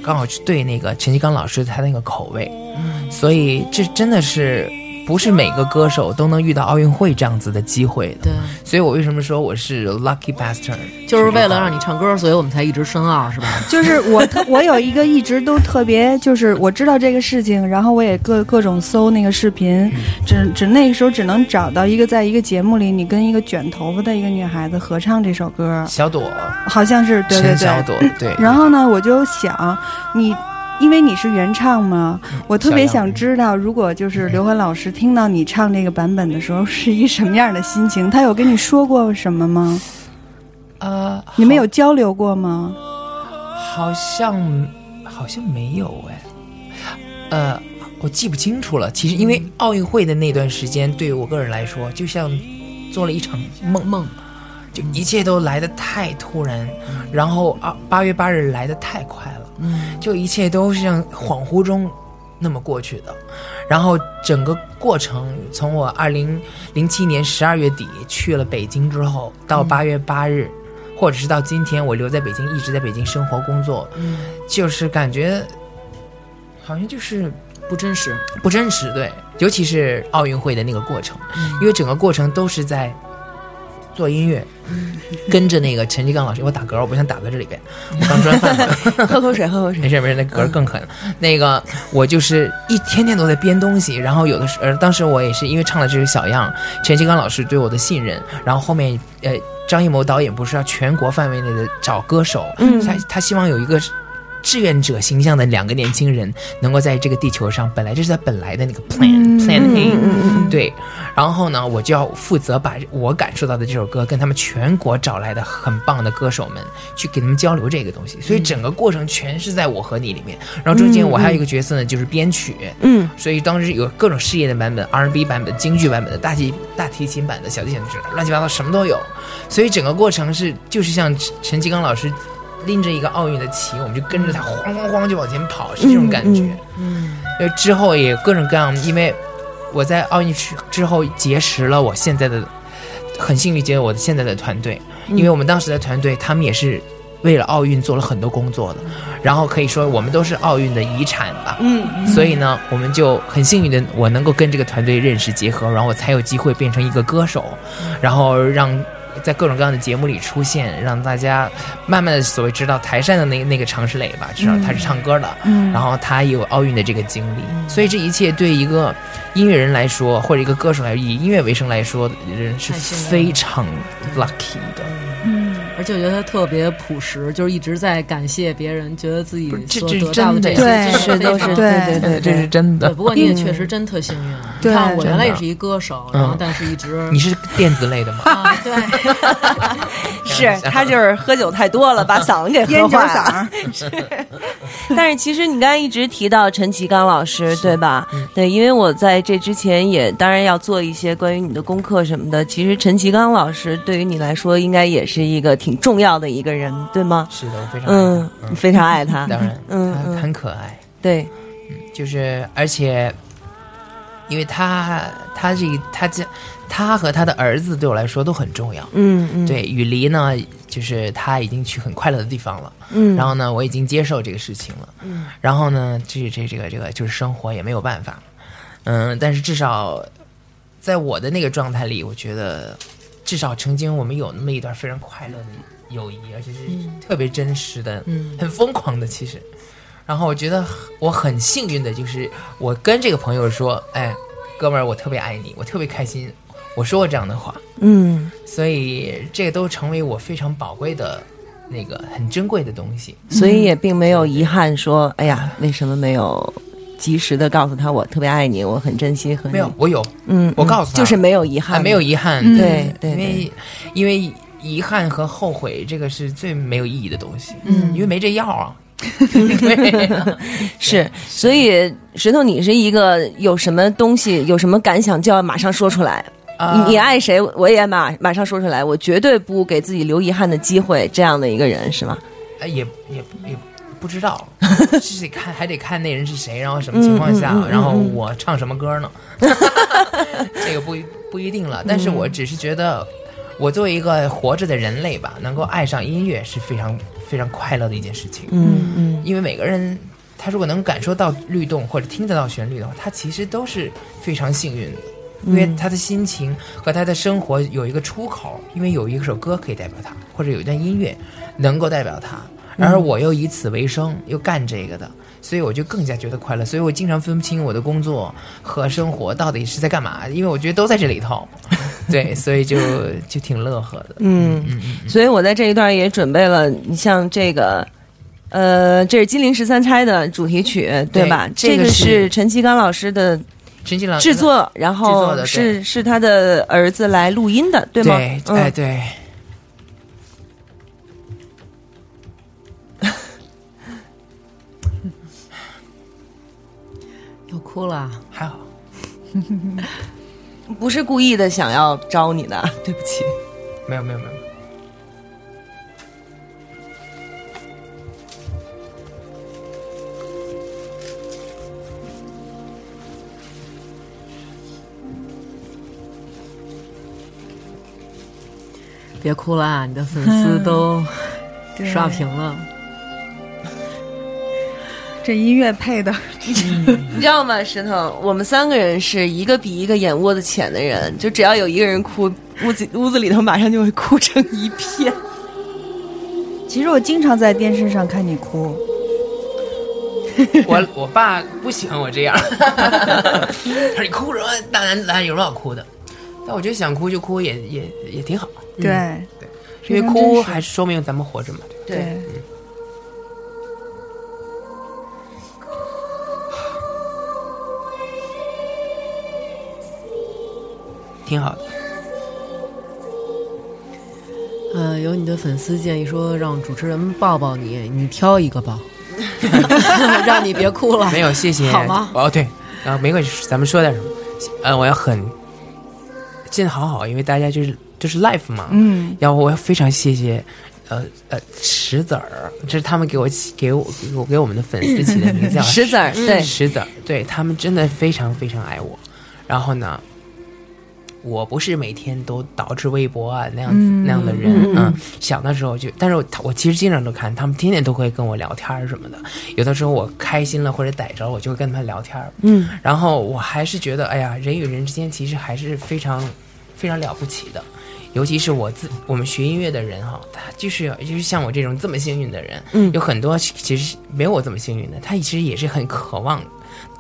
[SPEAKER 5] 刚好是对那个陈其刚老师他那个口味，
[SPEAKER 6] 嗯
[SPEAKER 5] 所以这真的是不是每个歌手都能遇到奥运会这样子的机会的。
[SPEAKER 7] 对，
[SPEAKER 5] 所以我为什么说我是 lucky bastard，
[SPEAKER 7] 就是为了让你唱歌，所以我们才一直深奥，是吧？
[SPEAKER 4] 嗯就是我特我有一个一直都特别，就是我知道这个事情，然后我也各各种搜那个视频，
[SPEAKER 6] 嗯
[SPEAKER 4] 只只那个时候只能找到一个在一个节目里，你跟一个卷头发的一个女孩子合唱这首歌，
[SPEAKER 5] 小朵，
[SPEAKER 4] 好像是对对对
[SPEAKER 5] 陈小，朵，对，
[SPEAKER 4] 然后呢，我就想你。因为你是原唱嘛，我特别想知道，如果就是刘欢老师听到你唱这个版本的时候，是一什么样的心情？他有跟你说过什么吗？
[SPEAKER 5] 呃，
[SPEAKER 4] 你们有交流过吗？
[SPEAKER 5] 好像好像没有哎，呃，我记不清楚了。其实因为奥运会的那段时间，对于我个人来说，就像做了一场梦梦，就一切都来得太突然，然后啊，八月八日来得太快了，
[SPEAKER 7] 嗯，
[SPEAKER 5] 就一切都是像恍惚中那么过去的。然后整个过程，从我二零零七年十二月底去了北京之后，到
[SPEAKER 7] 嗯
[SPEAKER 5] 八月八日，或者是到
[SPEAKER 7] 嗯
[SPEAKER 5] 今天，我留在北京，一直在北京生活工作，就是感觉好像就是
[SPEAKER 7] 不真实。
[SPEAKER 5] 不真实，对，尤其是奥运会的那个过程，
[SPEAKER 7] 嗯
[SPEAKER 5] 因为整个过程都是在做音乐，跟着那个陈志刚老师，我打嗝，我不想打在这里 *laughs* 边，我刚吃完饭嘛，
[SPEAKER 6] *laughs* 喝口水，喝口水。
[SPEAKER 5] 没事没事，那嗝更狠。 *laughs* 那个我就是一天天都在编东西，然后有的时候，呃当时我也是因为唱了这个小样，陈志刚老师对我的信任，然后后面呃张艺谋导演不是要全国范围内的找歌手，
[SPEAKER 6] 嗯
[SPEAKER 5] 他他希望有一个。志愿者形象的两个年轻人能够在这个地球上，本来这是他本来的那个 plan、plan
[SPEAKER 6] 嗯
[SPEAKER 5] A，、对，然后呢，我就要负责把我感受到的这首歌跟他们全国找来的很棒的歌手们去给他们交流这个东西，所以整个过程全是在我和你里面。然后中间我还有一个角色呢，就是编曲，
[SPEAKER 6] 嗯，
[SPEAKER 5] 所以当时有各种试验的版本、R&B 版本、京剧版本的、大提大提琴版的、小提琴的，乱七八糟什么都有。所以整个过程是就是像陈陈其刚老师拎着一个奥运的旗，我们就跟着他哐哐哐就往前跑，是这种感觉。嗯，呃，之后也各种各样，因为我在奥运之之后结识了我现在的，很幸运结识我的现在的团队，因为我们当时的团队他们也是。为了奥运做了很多工作的，然后可以说我们都是奥运的遗产吧。嗯，所以呢，我们就很幸运的，我能够跟这个团队认识结合，然后我才有机会变成一个歌手，然后让在各种各样的节目里出现，让大家慢慢的所谓知道台山的那那个常石磊吧，知道他是唱歌的，
[SPEAKER 6] 嗯
[SPEAKER 4] 嗯
[SPEAKER 5] 然后他也有奥运的这个经历，所以这一切对一个音乐人来说，或者一个歌手来以音乐为生来说，人是
[SPEAKER 7] 太幸运了
[SPEAKER 5] 非常 lucky 的。
[SPEAKER 4] 嗯
[SPEAKER 7] 而且我觉得他特别朴实，就是一直在感谢别人，觉得自己
[SPEAKER 5] 不是这
[SPEAKER 7] 所
[SPEAKER 5] 这
[SPEAKER 7] 得到的
[SPEAKER 5] 真的
[SPEAKER 7] 这
[SPEAKER 4] 对
[SPEAKER 7] 些
[SPEAKER 4] 是
[SPEAKER 7] 真的非常
[SPEAKER 6] 对
[SPEAKER 4] 对
[SPEAKER 6] 对
[SPEAKER 5] 这是真的
[SPEAKER 7] 对。不。过你也确实真特幸运。
[SPEAKER 4] 对
[SPEAKER 7] 你看我原
[SPEAKER 5] 真的
[SPEAKER 7] 来也是一歌手，然后但是一直
[SPEAKER 5] 嗯你是电子类的吗？
[SPEAKER 7] 啊，对， *laughs*
[SPEAKER 6] 是他就是喝酒太多了，把嗓子给
[SPEAKER 4] 烟
[SPEAKER 6] 喝
[SPEAKER 4] 酒
[SPEAKER 6] 坏
[SPEAKER 4] 嗓
[SPEAKER 6] *laughs* 了。
[SPEAKER 4] 儿，
[SPEAKER 6] 但是其实你刚才一直提到陈其刚老师，对吧？对，因为我在这之前也当然要做一些关于你的功课什么的。其实陈其刚老师对于你来说，应该也是一个挺重要的一个人，对吗？
[SPEAKER 5] 是的，我
[SPEAKER 6] 嗯，
[SPEAKER 5] 非常爱他
[SPEAKER 6] 你非常爱他。
[SPEAKER 5] 当然，
[SPEAKER 6] 嗯
[SPEAKER 5] 他
[SPEAKER 6] 嗯
[SPEAKER 5] 很可爱。
[SPEAKER 6] 对，
[SPEAKER 5] 就是而且，因为他他这个他家他和他的儿子对我来说都很重要。
[SPEAKER 6] 嗯嗯，
[SPEAKER 5] 对，雨梨呢，就是他已经去很快乐的地方了。
[SPEAKER 6] 嗯
[SPEAKER 5] 然后呢，我已经接受这个事情了。嗯，然后呢，这这这个这个就是生活也没有办法。嗯，但是至少在我的那个状态里，我觉得至少曾经我们有那么一段非常快乐的友谊，而且是特别真实的，嗯、很疯狂的，其实。然后我觉得我很幸运的就是，我跟这个朋友说，哎，哥们儿，我特别爱你，我特别开心，我说过这样的话，
[SPEAKER 6] 嗯
[SPEAKER 5] 所以这个都成为我非常宝贵的那个很珍贵的东西。
[SPEAKER 6] 所以也并没有遗憾说，哎呀，为什么没有及时的告诉他我特别爱你，我很珍惜和你。
[SPEAKER 5] 没有，，我有，
[SPEAKER 6] 嗯，
[SPEAKER 5] 我告诉他
[SPEAKER 6] 就是没有遗憾，
[SPEAKER 5] 啊，没有遗憾，
[SPEAKER 4] 嗯
[SPEAKER 6] 对对
[SPEAKER 5] 因为因为遗憾和后悔这个是最没有意义的东西，嗯，因为没这药
[SPEAKER 6] *laughs*
[SPEAKER 5] 啊。对
[SPEAKER 6] 是，所以石头，你是一个有什么东西、有什么感想就要马上说出来。
[SPEAKER 5] 啊
[SPEAKER 6] 你你爱谁，我也马马上说出来，我绝对不给自己留遗憾的机会。这样的一个人是吗？
[SPEAKER 5] 哎也也也不知道，
[SPEAKER 6] *laughs*
[SPEAKER 5] 是得看还得看那人是谁，然后什么情况
[SPEAKER 6] 嗯
[SPEAKER 5] 下，然后我唱什么歌呢？ *laughs* 这个不一不一定了，但是我
[SPEAKER 6] 嗯
[SPEAKER 5] 只是觉得，我作为一个活着的人类吧，能够爱上音乐是非常非常快乐的一件事情。
[SPEAKER 6] 嗯嗯
[SPEAKER 5] 因为每个人他如果能感受到律动或者听得到旋律的话，他其实都是非常幸运的，
[SPEAKER 6] 嗯
[SPEAKER 5] 因为他的心情和他的生活有一个出口，因为有一首歌可以代表他，或者有一段音乐能够代表他，
[SPEAKER 6] 嗯
[SPEAKER 5] 而我又以此为生，又干这个的。所以我就更加觉得快乐，所以我经常分不清我的工作和生活到底是在干嘛，因为我觉得都在这
[SPEAKER 6] *laughs*
[SPEAKER 5] 里头，对，所以就就挺乐呵的。
[SPEAKER 6] 嗯，所以我在这一段也准备了，你像这个。呃，这是《金陵十三钗》的主题曲，对吧？
[SPEAKER 5] 这个
[SPEAKER 6] 个
[SPEAKER 5] 是
[SPEAKER 6] 是陈其刚老师的
[SPEAKER 5] 陈情郎
[SPEAKER 6] 制作，然
[SPEAKER 5] 啊制作
[SPEAKER 6] 后
[SPEAKER 5] 的对
[SPEAKER 6] 是是他的儿子来录音的，对吗？
[SPEAKER 5] 对，
[SPEAKER 6] 嗯
[SPEAKER 5] 哎，对，
[SPEAKER 7] 要哭了。
[SPEAKER 5] 还好。
[SPEAKER 6] 不是故意的想要招你的，对不起。
[SPEAKER 5] 没有没有没有。
[SPEAKER 7] 别哭了啊，你的粉丝都刷屏了。
[SPEAKER 4] *laughs* 这音乐配的，
[SPEAKER 6] *laughs* 你知道吗，石头？我们三个人是一个比一个眼窝子浅的人，就只要有一个人哭，屋子屋子里头马上就会哭成一 *laughs* 片。
[SPEAKER 4] 其实我经常在电视上看你哭，
[SPEAKER 6] *laughs*
[SPEAKER 5] 我我爸不喜欢我这样， *laughs* 他说你哭什么？大男子汉有什么好哭的？但我觉得想哭就哭也，也也挺好，嗯
[SPEAKER 4] 对、非
[SPEAKER 5] 因为
[SPEAKER 4] 常真
[SPEAKER 5] 哭
[SPEAKER 4] 实
[SPEAKER 5] 还是说明咱们活着嘛。对吧
[SPEAKER 4] 对，
[SPEAKER 5] 挺好的。
[SPEAKER 7] 呃，有你的粉丝建议说让主持人抱抱你，你挑一个抱， *laughs* 让你别哭了。
[SPEAKER 5] 没有，谢谢。
[SPEAKER 7] 好吗？
[SPEAKER 5] 哦，对，然后没关系，咱们说点什么？呃，我要很真的好好，因为大家就是就是 life 嘛。嗯。要我要非常谢谢，呃呃，石子儿，这是他们给我起给我给我给我们的粉丝起的名字叫
[SPEAKER 6] 石子儿对
[SPEAKER 5] 石子儿，对他们真的非常非常爱我。然后呢，我不是每天都导致微博啊那样子、那样的人，嗯，小的时候就，但是我我其实经常都看，他们天天都会跟我聊天儿什么的，有的时候我开心了或者逮着，我就会跟他们聊天，嗯，然后我还是觉得，哎呀，人与人之间其实还是非常非常了不起的。尤其是我自我们学音乐的人哈，他就是就是像我这种这么幸运的人，嗯，有很多其实没有我这么幸运的，他其实也是很渴望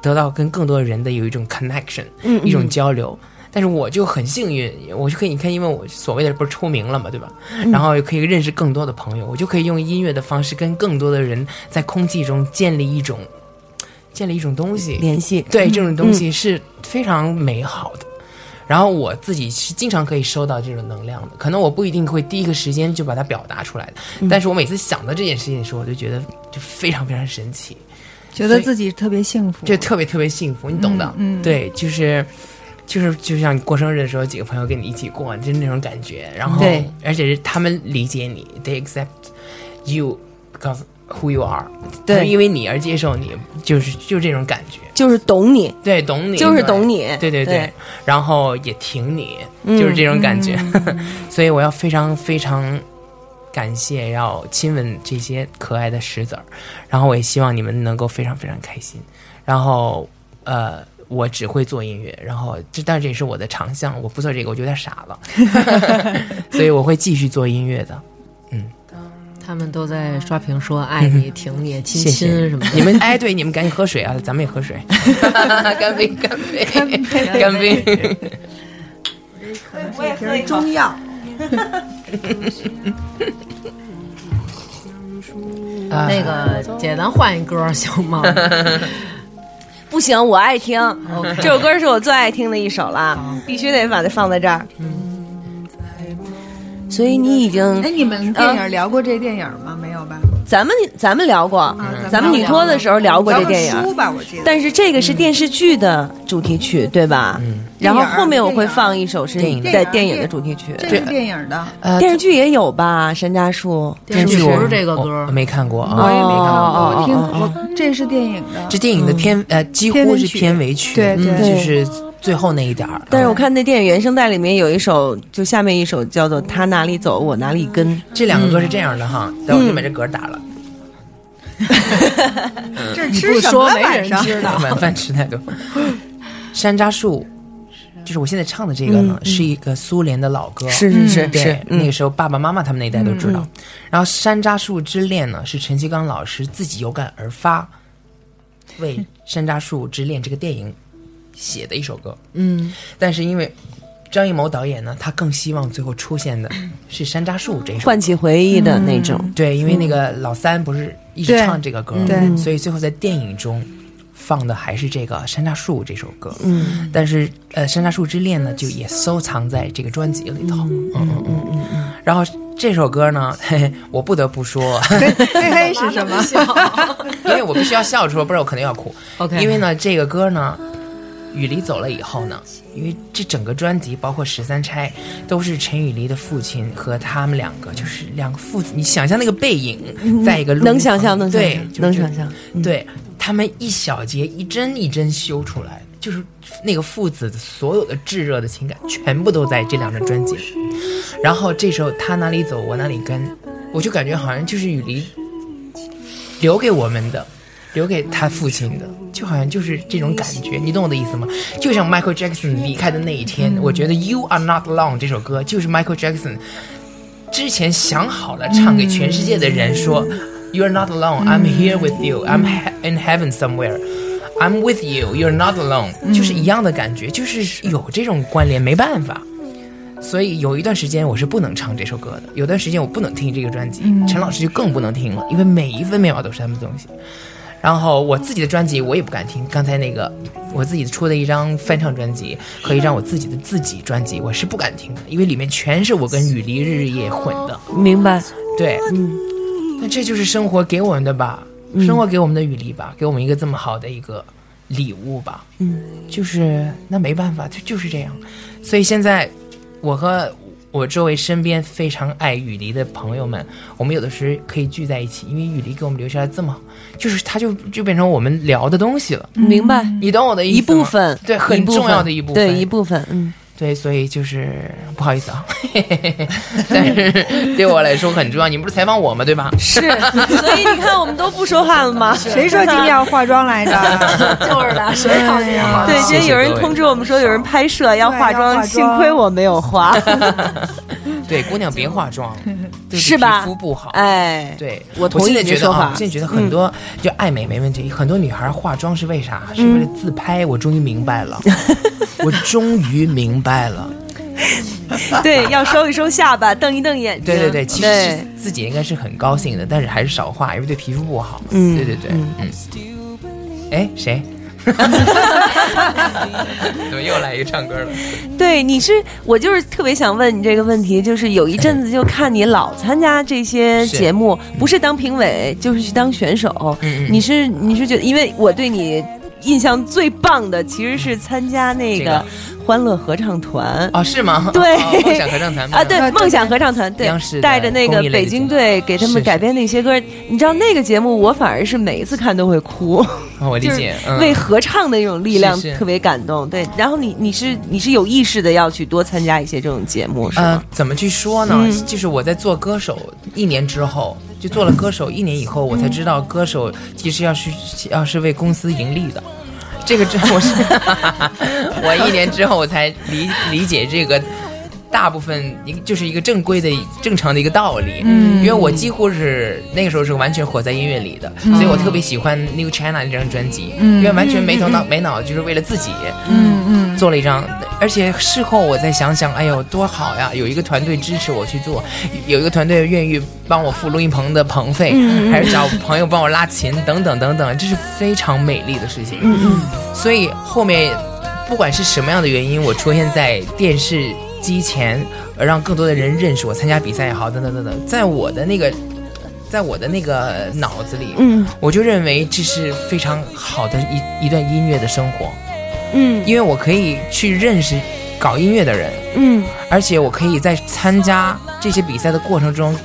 [SPEAKER 5] 得到跟更多人的有一种 connection，嗯一种交流。但是我就很幸运，我就可以你看，因为我所谓的不是出名了嘛，对吧？然后也可以认识更多的朋友，我就可以用音乐的方式跟更多的人在空气中建立一种建立一种东西
[SPEAKER 6] 联系
[SPEAKER 5] 对，这种东
[SPEAKER 6] 嗯
[SPEAKER 5] 西是非常美好的。然后我自己是经常可以收到这种能量的，可能我不一定会第一个时间就把它表达出来的，
[SPEAKER 6] 嗯
[SPEAKER 5] 但是我每次想到这件事情的时候，我就觉得就非常非常神奇，
[SPEAKER 4] 觉得自己特别幸
[SPEAKER 6] 嗯
[SPEAKER 4] 福，
[SPEAKER 5] 就特别特别幸福，你懂的。
[SPEAKER 4] 嗯嗯
[SPEAKER 5] 对，就是就是就像你过生日的时候，几个朋友跟你一起过，就是那种感觉。然后
[SPEAKER 6] 对，
[SPEAKER 5] 而且是他们理解你，they accept you because who you are，
[SPEAKER 6] 对
[SPEAKER 5] 他们因为你而接受你，就是就这种感觉。
[SPEAKER 6] 就是懂你，
[SPEAKER 5] 对，懂你，
[SPEAKER 6] 就是
[SPEAKER 5] 对
[SPEAKER 6] 懂你
[SPEAKER 5] 对对嗯
[SPEAKER 6] 对
[SPEAKER 5] 然后也挺你，就是这种感觉， *laughs* 所以我要非常非常感谢，要亲吻这些可爱的石子儿，然后我也希望你们能够非常非常开心，然后呃。我只会做音乐，然后这但是这也是我的长项，我不做这个我就有点傻 *laughs* 了，所以我会继续做音乐 *laughs* 的。
[SPEAKER 7] 他们都在刷屏说爱你、挺你、
[SPEAKER 5] 嗯
[SPEAKER 7] 亲
[SPEAKER 5] 谢谢
[SPEAKER 7] 亲什么的。
[SPEAKER 5] 你们哎，对，你们赶紧喝水啊，咱们也喝水， *laughs* 干杯，干杯，干杯，干杯。 *laughs*
[SPEAKER 2] 是中药。
[SPEAKER 7] 那个姐，咱换一歌
[SPEAKER 5] *laughs*
[SPEAKER 7] 行吗？
[SPEAKER 6] 不行，我爱听。这首歌是我最爱听的一首了，必须得把它放在这儿。
[SPEAKER 5] 嗯
[SPEAKER 6] 所以你已经
[SPEAKER 4] 哎，，你们电影聊过这电影吗？没有吧？啊
[SPEAKER 6] 咱们咱们聊过，嗯
[SPEAKER 5] 嗯
[SPEAKER 6] 咱们女托的时候聊过这电
[SPEAKER 4] 聊过书
[SPEAKER 6] 影，
[SPEAKER 4] 吧，我记得。
[SPEAKER 6] 但是这个是电视剧的主题曲，对吧？然后
[SPEAKER 4] 电影
[SPEAKER 6] 后面我会
[SPEAKER 4] 电影
[SPEAKER 6] 放一首是
[SPEAKER 5] 嗯电影啊
[SPEAKER 6] 在电影的主题曲，
[SPEAKER 4] 这是电影的，
[SPEAKER 5] 呃
[SPEAKER 6] 电视剧也有吧，《山楂树》。
[SPEAKER 7] 电视剧
[SPEAKER 5] 我
[SPEAKER 7] 不是这个歌
[SPEAKER 5] 我没看过
[SPEAKER 4] 我
[SPEAKER 5] 啊。
[SPEAKER 4] 也没看
[SPEAKER 6] 哦
[SPEAKER 4] 过。我听
[SPEAKER 6] 哦哦
[SPEAKER 4] 我这是电影的，
[SPEAKER 5] 这电影的片呃几乎是片尾曲，
[SPEAKER 4] 片尾曲对
[SPEAKER 5] 嗯
[SPEAKER 4] 对
[SPEAKER 5] 就是最后那一点儿。
[SPEAKER 6] 但是我
[SPEAKER 5] 嗯
[SPEAKER 6] 看那电影原声带里面有一首，就下面一首叫做《他哪里走，我哪里跟》。
[SPEAKER 5] 这两个歌是这样的哈，等我就把这嗝打了，
[SPEAKER 4] 这是吃什么晚上？
[SPEAKER 5] 嗯 *laughs* 晚饭吃太多。山楂树，就是我现在唱的这个呢，是一个苏联的老歌，
[SPEAKER 6] 嗯是是是
[SPEAKER 5] 对
[SPEAKER 6] 是嗯
[SPEAKER 5] 那个时候爸爸妈妈他们那一代都知道。然后《山楂树之恋》呢，是陈其刚老师自己有感而发，为《山楂树之恋》这个电影写的一首歌。
[SPEAKER 7] 嗯，
[SPEAKER 5] 但是因为张艺谋导演呢，他更希望最后出现的是山楂树这一首。
[SPEAKER 6] 唤起回忆的那种。
[SPEAKER 5] 对，因为那个老三不是一直
[SPEAKER 4] 对
[SPEAKER 5] 唱这个歌，
[SPEAKER 4] 对
[SPEAKER 5] 所以最后在电影中放的还是这个《山楂树》这首歌。嗯，但是呃，《山楂树之恋》呢，就也收藏在这个专辑里头。嗯嗯嗯嗯。然后这首歌呢， *laughs* 嘿嘿，我不得不说， *laughs*
[SPEAKER 4] 嘿嘿嘿是什么？
[SPEAKER 5] 因为我必须要笑出来，不然我可能要哭。
[SPEAKER 7] OK
[SPEAKER 5] 因为呢，这个歌呢，雨离走了以后呢，因为这整个专辑包括十三钗，都是陈雨离的父亲和他们两个，就是两个父子，你想象那个背影，在一个
[SPEAKER 6] 嗯
[SPEAKER 5] 路
[SPEAKER 6] 能想象，
[SPEAKER 5] 旁
[SPEAKER 6] 能想
[SPEAKER 5] 对
[SPEAKER 6] 象，，
[SPEAKER 5] 就
[SPEAKER 6] 能
[SPEAKER 5] 就
[SPEAKER 6] 想象。
[SPEAKER 5] 对他们一小节一针一针修出来，就是那个父子所有的炙热的情感，全部都在这两张专辑里。然后这时候他哪里走，我哪里跟，我就感觉好像就是雨离留给我们的，留给他父亲的，就好像就是这种感觉，你懂我的意思吗？就像 Michael Jackson 离开的那一天，我觉得《You Are Not Alone》这首歌就是 Michael Jackson 之前想好了唱给全世界的人说、y o u are not alone, I'm here with you, I'm he- in heaven somewhere, I'm with you, you're not alone，、就是一样的感觉，就是有这种关联，没办法。所以有一段时间我是不能唱这首歌的，有段时间我不能听这个专辑，陈老师就更不能听了，因为每一分每秒都是他们的东西。然后我自己的专辑我也不敢听，刚才那个我自己出的一张翻唱专辑和一张我自己的自己专辑，我是不敢听的，因为里面全是我跟雨离日夜混的。
[SPEAKER 6] 明白。
[SPEAKER 5] 对，嗯，那这就是生活给我们的吧，生活给我们的雨离吧，给我们一个这么好的一个礼物吧，嗯，就是那没办法，它就是这样。所以现在我和我周围身边非常爱雨离的朋友们，我们有的时候可以聚在一起，因为雨离给我们留下了这么，就是它就就变成我们聊的东西了。
[SPEAKER 6] 明白，
[SPEAKER 5] 你懂我的嗯意
[SPEAKER 6] 嗯一
[SPEAKER 5] 思吗
[SPEAKER 6] 部分，
[SPEAKER 5] 对很重要的一部分
[SPEAKER 6] 对一部分，嗯，
[SPEAKER 5] 对，所以就是不好
[SPEAKER 6] *laughs*
[SPEAKER 5] 意思啊，但是对我来说很重要。你们不是采访我吗？对吧？
[SPEAKER 6] 是，所以你看，我们都不说话了
[SPEAKER 5] *laughs*
[SPEAKER 6] 吗？
[SPEAKER 4] 谁说今天要化妆来着？ *laughs*
[SPEAKER 7] 就是的，谁要这样？
[SPEAKER 6] 对，今
[SPEAKER 5] 谢
[SPEAKER 6] 天
[SPEAKER 5] 谢
[SPEAKER 6] 有人
[SPEAKER 5] 各位
[SPEAKER 6] 通知我们说有人拍摄要
[SPEAKER 4] 对
[SPEAKER 6] 化
[SPEAKER 4] 要化
[SPEAKER 6] 妆，幸
[SPEAKER 4] 妆
[SPEAKER 6] 亏我没有
[SPEAKER 5] *laughs*
[SPEAKER 6] 化，
[SPEAKER 5] 对，姑娘别化
[SPEAKER 6] *laughs*
[SPEAKER 5] 妆，对
[SPEAKER 6] 是吧
[SPEAKER 5] 皮肤不好。
[SPEAKER 6] 哎，
[SPEAKER 5] 对，
[SPEAKER 6] 我同意
[SPEAKER 5] 现在
[SPEAKER 6] 你
[SPEAKER 5] 觉
[SPEAKER 6] 的
[SPEAKER 5] 得
[SPEAKER 6] 说
[SPEAKER 5] 啊
[SPEAKER 6] 法嗯
[SPEAKER 5] 我现在觉得很多就爱美没问题，很多女孩化妆是为啥？是
[SPEAKER 6] 嗯
[SPEAKER 5] 为了自拍。我终于明白
[SPEAKER 6] *laughs*
[SPEAKER 5] 了，我终于明白了。
[SPEAKER 6] 对，要收一收下巴，瞪一瞪眼睛，
[SPEAKER 5] 对对对，其实
[SPEAKER 6] 嗯对
[SPEAKER 5] 自己应该是很高兴的，但是还是少化，因为对皮肤不好。嗯，对对对，嗯。哎，谁？ *laughs* 怎么又来一个唱歌了？
[SPEAKER 6] 对，你是我就是特别想问你这个问题，就是有一阵子就看你老参加这些
[SPEAKER 5] 是
[SPEAKER 6] 节目，不是当评委就是去当选手，
[SPEAKER 5] 嗯嗯
[SPEAKER 6] 你是你是觉得，因为我对你印象最棒的其实是参加那
[SPEAKER 5] 这
[SPEAKER 6] 个
[SPEAKER 5] 个
[SPEAKER 6] 欢乐合唱团。
[SPEAKER 5] 哦，是吗？
[SPEAKER 6] *laughs* 对
[SPEAKER 5] 哦梦想合唱团
[SPEAKER 6] 啊，对，
[SPEAKER 4] 对对
[SPEAKER 6] 梦想合唱团，对
[SPEAKER 5] 央视，的
[SPEAKER 6] 带着那个
[SPEAKER 5] 公益类的
[SPEAKER 6] 北京队给他
[SPEAKER 5] 是
[SPEAKER 6] 们
[SPEAKER 5] 是
[SPEAKER 6] 改编的一些歌，你知道那个节目，我反而是每一次看都会哭，
[SPEAKER 5] 哦我理
[SPEAKER 6] 就是
[SPEAKER 5] 解。嗯
[SPEAKER 6] 为合唱的那种力量
[SPEAKER 5] 是是
[SPEAKER 6] 特别感动。对，然后你你是你是有意识的要去多参加一些这种节目，是
[SPEAKER 5] 呃
[SPEAKER 6] 吗？，
[SPEAKER 5] 怎么去说呢？
[SPEAKER 6] 嗯
[SPEAKER 5] 就是我在做歌手一年之后，就做了歌手一年以后，我才知道歌手其实要是要是为公司盈利的。这个之
[SPEAKER 6] *laughs*
[SPEAKER 5] 后我是， *laughs* 我一年之后我才理理解这个。大部分一个就是一个正规的、正常的一个道理，嗯，因为我几乎是那个时候是完全活在音乐里的，所以我特别喜欢 New China 那张专辑，因为完全没头脑、没脑，就是为了自己，嗯做了一张，而且事后我再想想，哎呦，多好呀！有一个团队支持我去做，有一个团队愿意帮我付录音棚的棚费，还是找朋友帮我拉琴，等等等等，这是非常美丽的事情。嗯嗯，所以后面不管是什么样的原因，我出现在电视机前，呃让更多的人认识我，参加比赛也好，等等等等，在我的那个。在我的那个脑子里，嗯，我就认为这是非常好的一一段音乐的生活，
[SPEAKER 6] 嗯
[SPEAKER 5] 因为我可以去认识搞音乐的人，
[SPEAKER 6] 嗯
[SPEAKER 5] 而且我可以在参加这些比赛的过程中，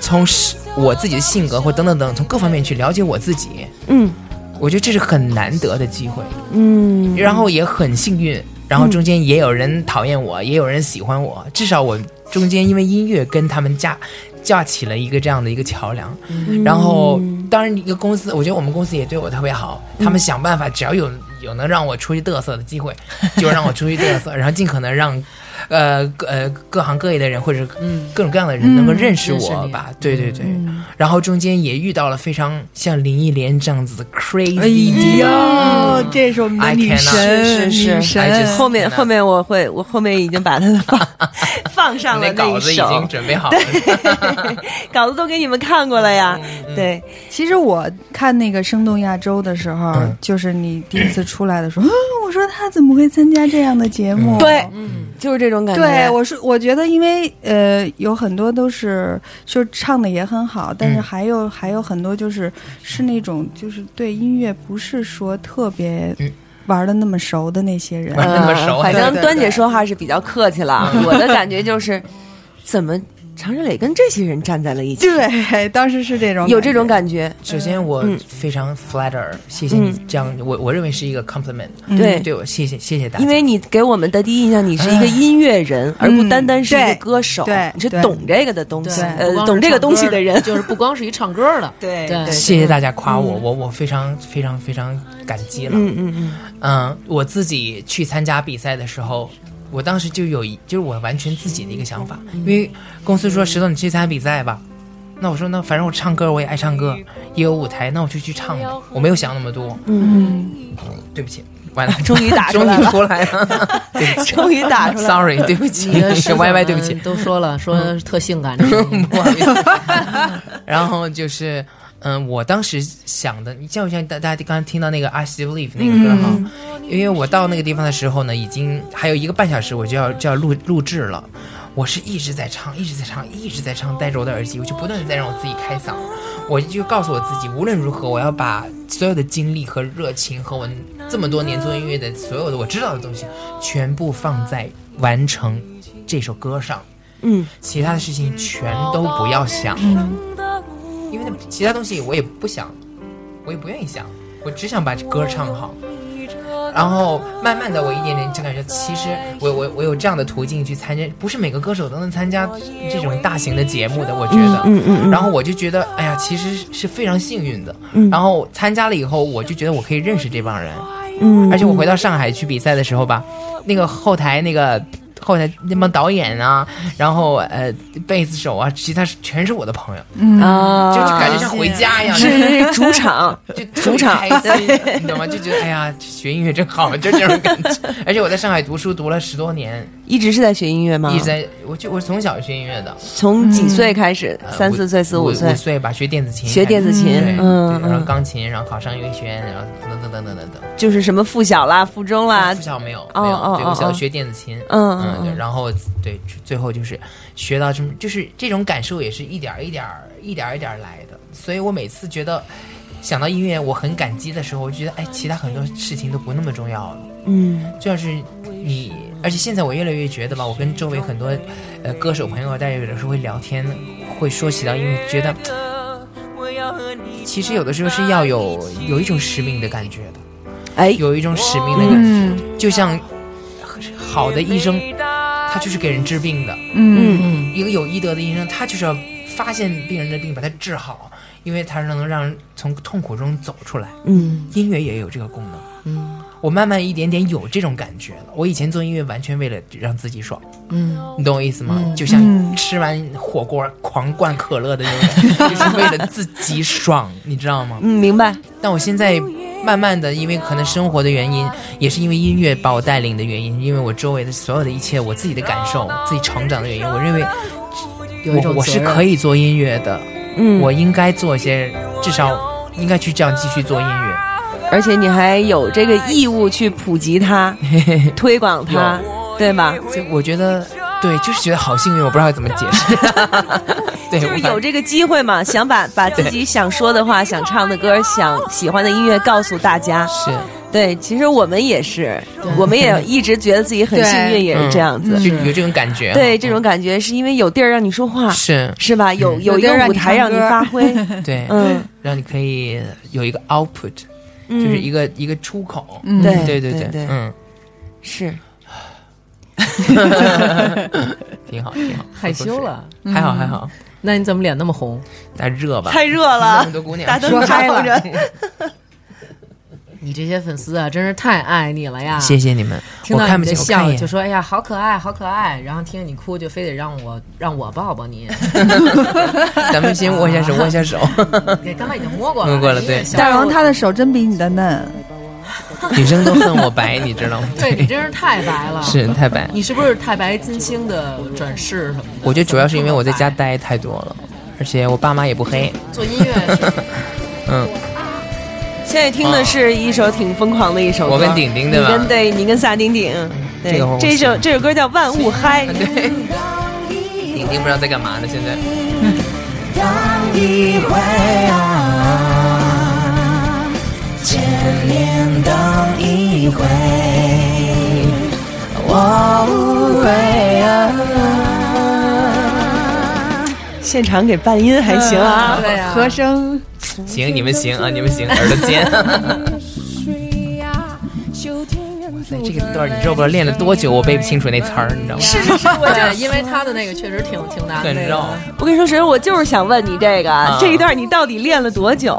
[SPEAKER 5] 从是我自己的性格或等等等，从各方面去了解我自己。
[SPEAKER 6] 嗯
[SPEAKER 5] 我觉得这是很难得的机会，
[SPEAKER 6] 嗯，
[SPEAKER 5] 然后也很幸运，然后中间也有人讨厌我，也有人喜欢我，至少我中间因为音乐跟他们架架起了一个这样的一个桥梁。
[SPEAKER 7] 嗯
[SPEAKER 5] 然后当然一个公司，我觉得我们公司也对我特别好，他们想办法只要有有能让我出去嘚瑟的机会，就让我出去嘚瑟， *laughs* 然后尽可能让。呃，各呃各行各业的人或者各种各样的人能够认识
[SPEAKER 7] 嗯认识
[SPEAKER 5] 我
[SPEAKER 7] 你嗯
[SPEAKER 5] 吧，对对对。然后中间也遇到了非常像林忆莲这样子的
[SPEAKER 7] 哎
[SPEAKER 5] crazy，
[SPEAKER 4] 呦，这是我们
[SPEAKER 5] I cannot
[SPEAKER 6] 是是
[SPEAKER 4] 女
[SPEAKER 6] 是
[SPEAKER 5] 哎这，
[SPEAKER 6] 后面
[SPEAKER 5] 天哪
[SPEAKER 6] 后面我会我后面已经
[SPEAKER 5] *laughs*
[SPEAKER 6] 把它放放上了
[SPEAKER 5] 那稿子
[SPEAKER 6] 一
[SPEAKER 5] 已
[SPEAKER 6] 首
[SPEAKER 5] 经，准备好了。
[SPEAKER 6] 稿子都给你们看过了呀，
[SPEAKER 5] 嗯
[SPEAKER 6] 对，
[SPEAKER 4] 其实我看那个《生动亚洲》的时候，
[SPEAKER 5] 嗯
[SPEAKER 4] 就是你第一次出来的时候，啊我说他怎么会参加这样的节目？
[SPEAKER 6] 对就是这种感觉，
[SPEAKER 4] 对，我是我觉得，因为呃，有很多都是就唱的也很好，但是
[SPEAKER 5] 嗯
[SPEAKER 4] 还有、还有很多就是是那种就是对音乐不是说特别
[SPEAKER 5] 嗯
[SPEAKER 4] 玩的那么熟的那些人。
[SPEAKER 5] 玩得那么
[SPEAKER 6] 嗯
[SPEAKER 5] 熟
[SPEAKER 6] 呃反
[SPEAKER 5] 对
[SPEAKER 6] 正
[SPEAKER 4] 对
[SPEAKER 6] 端
[SPEAKER 4] 对
[SPEAKER 6] 姐说话是比较客气了，我的感觉就是，怎么
[SPEAKER 8] 常石磊跟这些人站在了一起，
[SPEAKER 4] *laughs* 对，当时是这种，
[SPEAKER 8] 有这种感觉。
[SPEAKER 5] 首先，我
[SPEAKER 6] 嗯
[SPEAKER 5] 非常 flatter，、谢谢你这样，我我认为是一个 compliment，嗯
[SPEAKER 6] 对
[SPEAKER 5] 对我谢谢谢谢大家，
[SPEAKER 6] 因为你给我们的第一印象，你是一个音乐人，而不单单是一个歌手，
[SPEAKER 4] 对
[SPEAKER 6] 你是
[SPEAKER 4] 对
[SPEAKER 6] 懂这个的东西，
[SPEAKER 7] 对，
[SPEAKER 6] 呃
[SPEAKER 7] 不光，是
[SPEAKER 6] 懂这个
[SPEAKER 7] 唱歌
[SPEAKER 6] 东西的人，嗯
[SPEAKER 7] 就是不光是一唱歌
[SPEAKER 5] *laughs*
[SPEAKER 7] 的，
[SPEAKER 6] 对嗯
[SPEAKER 7] 对
[SPEAKER 5] 谢谢大家夸我，我我非常非常非常感激了。嗯嗯嗯，我自己去参加比赛的时候，我当时就有一就是我完全自己的一个想法，因为公司说石头你去参加比赛吧，那我说那反正我唱歌我也爱唱歌，
[SPEAKER 6] 哎
[SPEAKER 5] 也有舞台，那我就去唱呗，我没有想那么多。嗯，对不起，完了，
[SPEAKER 6] *laughs* 终于打出
[SPEAKER 5] *laughs* 终
[SPEAKER 6] 来
[SPEAKER 5] 于
[SPEAKER 6] 了，
[SPEAKER 5] 出来了，对 *laughs* 不起
[SPEAKER 6] 终于打出来了。
[SPEAKER 5] ，sorry，对不起，
[SPEAKER 7] 你
[SPEAKER 5] *laughs*
[SPEAKER 7] 的
[SPEAKER 5] 是 Y Y，对不起，嗯
[SPEAKER 7] 都说了，说特性感，这种
[SPEAKER 5] *laughs* 不好意思。然后就是，嗯，我当时想的，你像不像大大家刚刚听到那个《I Still Believe》那个歌哈？因为我到那个地方的时候呢，已经还有一个半小时，我就要就要录录制了。我是一直在唱，一直在唱，一直在唱，戴着我的耳机，我就不断的在让我自己开嗓。我就告诉我自己，无论如何，我要把所有的精力和热情和我这么多年做音乐的所有的我知道的东西，全部放在完成这首歌上。
[SPEAKER 6] 嗯，
[SPEAKER 5] 其他的事情全都不要想，因为那其他东西我也不想，我也不愿意想，我只想把歌唱好。然后慢慢的，我一点点就感觉，其实我我我有这样的途径去参加，不是每个歌手都能参加这种大型的节目的，我觉得。嗯嗯嗯然后我就觉得，哎呀，其实是非常幸运的。然后参加了以后，我就觉得我可以认识这帮人。嗯。而且我回到上海去比赛的时候吧，那个后台那个。后台那帮导演啊，然后呃，贝斯手啊，其他全是我的朋友，
[SPEAKER 6] 啊，
[SPEAKER 5] 就就感觉像回家一样，就是
[SPEAKER 6] 主场，
[SPEAKER 5] 就主场开心，你懂吗？就觉得哎呀，学音乐真好，就这种感觉。而且我在上海读书读了十多年，
[SPEAKER 6] 一直是在学音乐吗？
[SPEAKER 5] 一直在，我就我从小学音乐的，
[SPEAKER 6] 从几岁开始？
[SPEAKER 5] 呃
[SPEAKER 6] 三四岁、四
[SPEAKER 5] 五
[SPEAKER 6] 岁
[SPEAKER 5] 五，岁吧，学电子琴，
[SPEAKER 6] 学电子琴
[SPEAKER 5] 对对，
[SPEAKER 6] 嗯
[SPEAKER 5] 然后
[SPEAKER 6] 嗯，
[SPEAKER 5] 钢琴，然后考上音乐学院，然后等等等等等等。
[SPEAKER 6] 就是什么附小啦、附中啦
[SPEAKER 5] 从，嗯小没有，
[SPEAKER 6] 哦
[SPEAKER 5] 没有，
[SPEAKER 6] 哦
[SPEAKER 5] 对
[SPEAKER 6] 哦
[SPEAKER 5] 我小
[SPEAKER 6] 哦
[SPEAKER 5] 学电子琴，
[SPEAKER 6] 嗯嗯
[SPEAKER 5] 嗯，对
[SPEAKER 6] 嗯
[SPEAKER 5] 然后对，最后就是学到这么，就是这种感受也是一点儿一点儿一点儿一点儿来的，所以我每次觉得想到音乐我很感激的时候，我觉得哎，其他很多事情都不那么重要了，
[SPEAKER 6] 嗯
[SPEAKER 5] 就像是你，而且现在我越来越觉得吧，我跟周围很多呃歌手朋友，大家有的时候会聊天，会说起到音乐，觉得其实有的时候是要有有一种使命的感觉的。
[SPEAKER 6] 哎
[SPEAKER 5] 有一种使命的感觉，就像好的医生，他就是给人治病的，
[SPEAKER 4] 嗯，
[SPEAKER 5] 一个有医德的医生，他就是要发现病人的病，把它治好，因为他能让人从痛苦中走出来。
[SPEAKER 6] 嗯，
[SPEAKER 5] 音乐也有这个功能，嗯，我慢慢一点点有这种感觉了。我以前做音乐完全为了让自己爽，
[SPEAKER 7] 嗯，
[SPEAKER 5] 你懂我意思吗？就像吃完火锅狂灌可乐的那种，就是为了自己爽，你知道吗？
[SPEAKER 6] 嗯，明白。
[SPEAKER 5] 但我现在慢慢的，因为可能生活的原因，也是因为音乐把我带领的原因，因为我周围的所有的一切，我自己的感受，自己成长的原因，我认为
[SPEAKER 7] 有一种
[SPEAKER 5] 我我是
[SPEAKER 7] 责任
[SPEAKER 5] 可以做音乐的，
[SPEAKER 6] 嗯，
[SPEAKER 5] 我应该做一些，至少应该去这样继续做音乐。
[SPEAKER 6] 而且你还有这个义务去普及它、推广它，对吧？
[SPEAKER 5] 所以我觉得，对，就是觉得好幸运，我不知道怎么解释。 *laughs*
[SPEAKER 6] *laughs*
[SPEAKER 5] 对，
[SPEAKER 6] 就是
[SPEAKER 5] 我反
[SPEAKER 6] 有这个机会嘛，想把把自己想说的话、想唱的歌、想喜欢的音乐告诉大家。
[SPEAKER 5] 是
[SPEAKER 6] 对，其实我们也是，我们也一直觉得自己很
[SPEAKER 4] 对
[SPEAKER 6] 幸运，也是这样子。
[SPEAKER 5] 嗯就有这种感觉。
[SPEAKER 6] 对，这种感觉是因为有地儿让你说话，
[SPEAKER 5] 是
[SPEAKER 6] 是吧？有有一
[SPEAKER 4] 有地儿
[SPEAKER 6] 个
[SPEAKER 4] 让
[SPEAKER 6] 舞
[SPEAKER 4] 你
[SPEAKER 6] 台让
[SPEAKER 4] 唱
[SPEAKER 6] 你
[SPEAKER 4] 歌
[SPEAKER 6] 发挥，
[SPEAKER 5] 对，
[SPEAKER 6] 嗯，
[SPEAKER 5] 让你可以有一个 output，就是
[SPEAKER 7] 嗯
[SPEAKER 5] 一个一个出口。
[SPEAKER 4] 嗯
[SPEAKER 6] 对
[SPEAKER 5] 对对
[SPEAKER 6] 对对
[SPEAKER 5] 嗯。
[SPEAKER 6] 是
[SPEAKER 5] 挺好，挺好，
[SPEAKER 7] *laughs* 害羞了。嗯
[SPEAKER 5] 还好还好，
[SPEAKER 7] 那你怎么脸那么红？
[SPEAKER 5] 但热吧，
[SPEAKER 6] 太热了
[SPEAKER 5] 那么，多姑娘
[SPEAKER 6] 大灯照着，
[SPEAKER 7] 你这些粉丝啊，真是太爱你了呀！
[SPEAKER 5] 谢谢你们，
[SPEAKER 7] 听
[SPEAKER 5] 我
[SPEAKER 7] 到
[SPEAKER 5] 看
[SPEAKER 7] 你
[SPEAKER 5] 不
[SPEAKER 7] 的
[SPEAKER 5] 见，我看
[SPEAKER 7] 笑
[SPEAKER 5] 一
[SPEAKER 7] 就
[SPEAKER 5] 眼，
[SPEAKER 7] 说：“哎呀，好可爱，好可爱。”然后听见你哭，就非得让我让我抱抱你。
[SPEAKER 5] 咱们先握一下
[SPEAKER 7] *laughs*
[SPEAKER 5] 手，握一下手，
[SPEAKER 7] 对，刚才已经摸过了，
[SPEAKER 5] 摸过了
[SPEAKER 7] 你也
[SPEAKER 5] 对
[SPEAKER 7] 笑
[SPEAKER 4] 大王他的手真比你的嫩，
[SPEAKER 5] 女生都恨我白，你知道吗？
[SPEAKER 7] 对你真是太白了。，
[SPEAKER 5] *laughs* 是太白，
[SPEAKER 7] 你是不是太白金星的转世什么的？
[SPEAKER 5] 我觉得主要是因为我在家待太多了，而且我爸妈也不黑，
[SPEAKER 7] 做音乐是
[SPEAKER 5] 嗯，
[SPEAKER 6] 现在听的是一首挺疯狂的一首歌，
[SPEAKER 5] 啊我跟顶顶对吧
[SPEAKER 6] 你跟对，你跟萨顶顶，对
[SPEAKER 5] 这个我，
[SPEAKER 6] 这首这首歌叫《万物嗨》，
[SPEAKER 5] *laughs* 对，顶顶不知道在干嘛呢，现在
[SPEAKER 7] 我
[SPEAKER 8] 现场给伴音还行啊。
[SPEAKER 7] 对呀、
[SPEAKER 4] 和声
[SPEAKER 5] 行，你们行啊，你们行，耳朵
[SPEAKER 6] *laughs*
[SPEAKER 5] 尖。在这个段儿你知道不知道练了多久？我背不清楚那词儿，你知道吗？
[SPEAKER 7] 是是是，我觉得因为他的那个确实挺挺难
[SPEAKER 5] 很
[SPEAKER 7] 那个
[SPEAKER 5] 绕。
[SPEAKER 6] 我跟你说，婶，我就是想问你这个、这一段，你到底练了多久？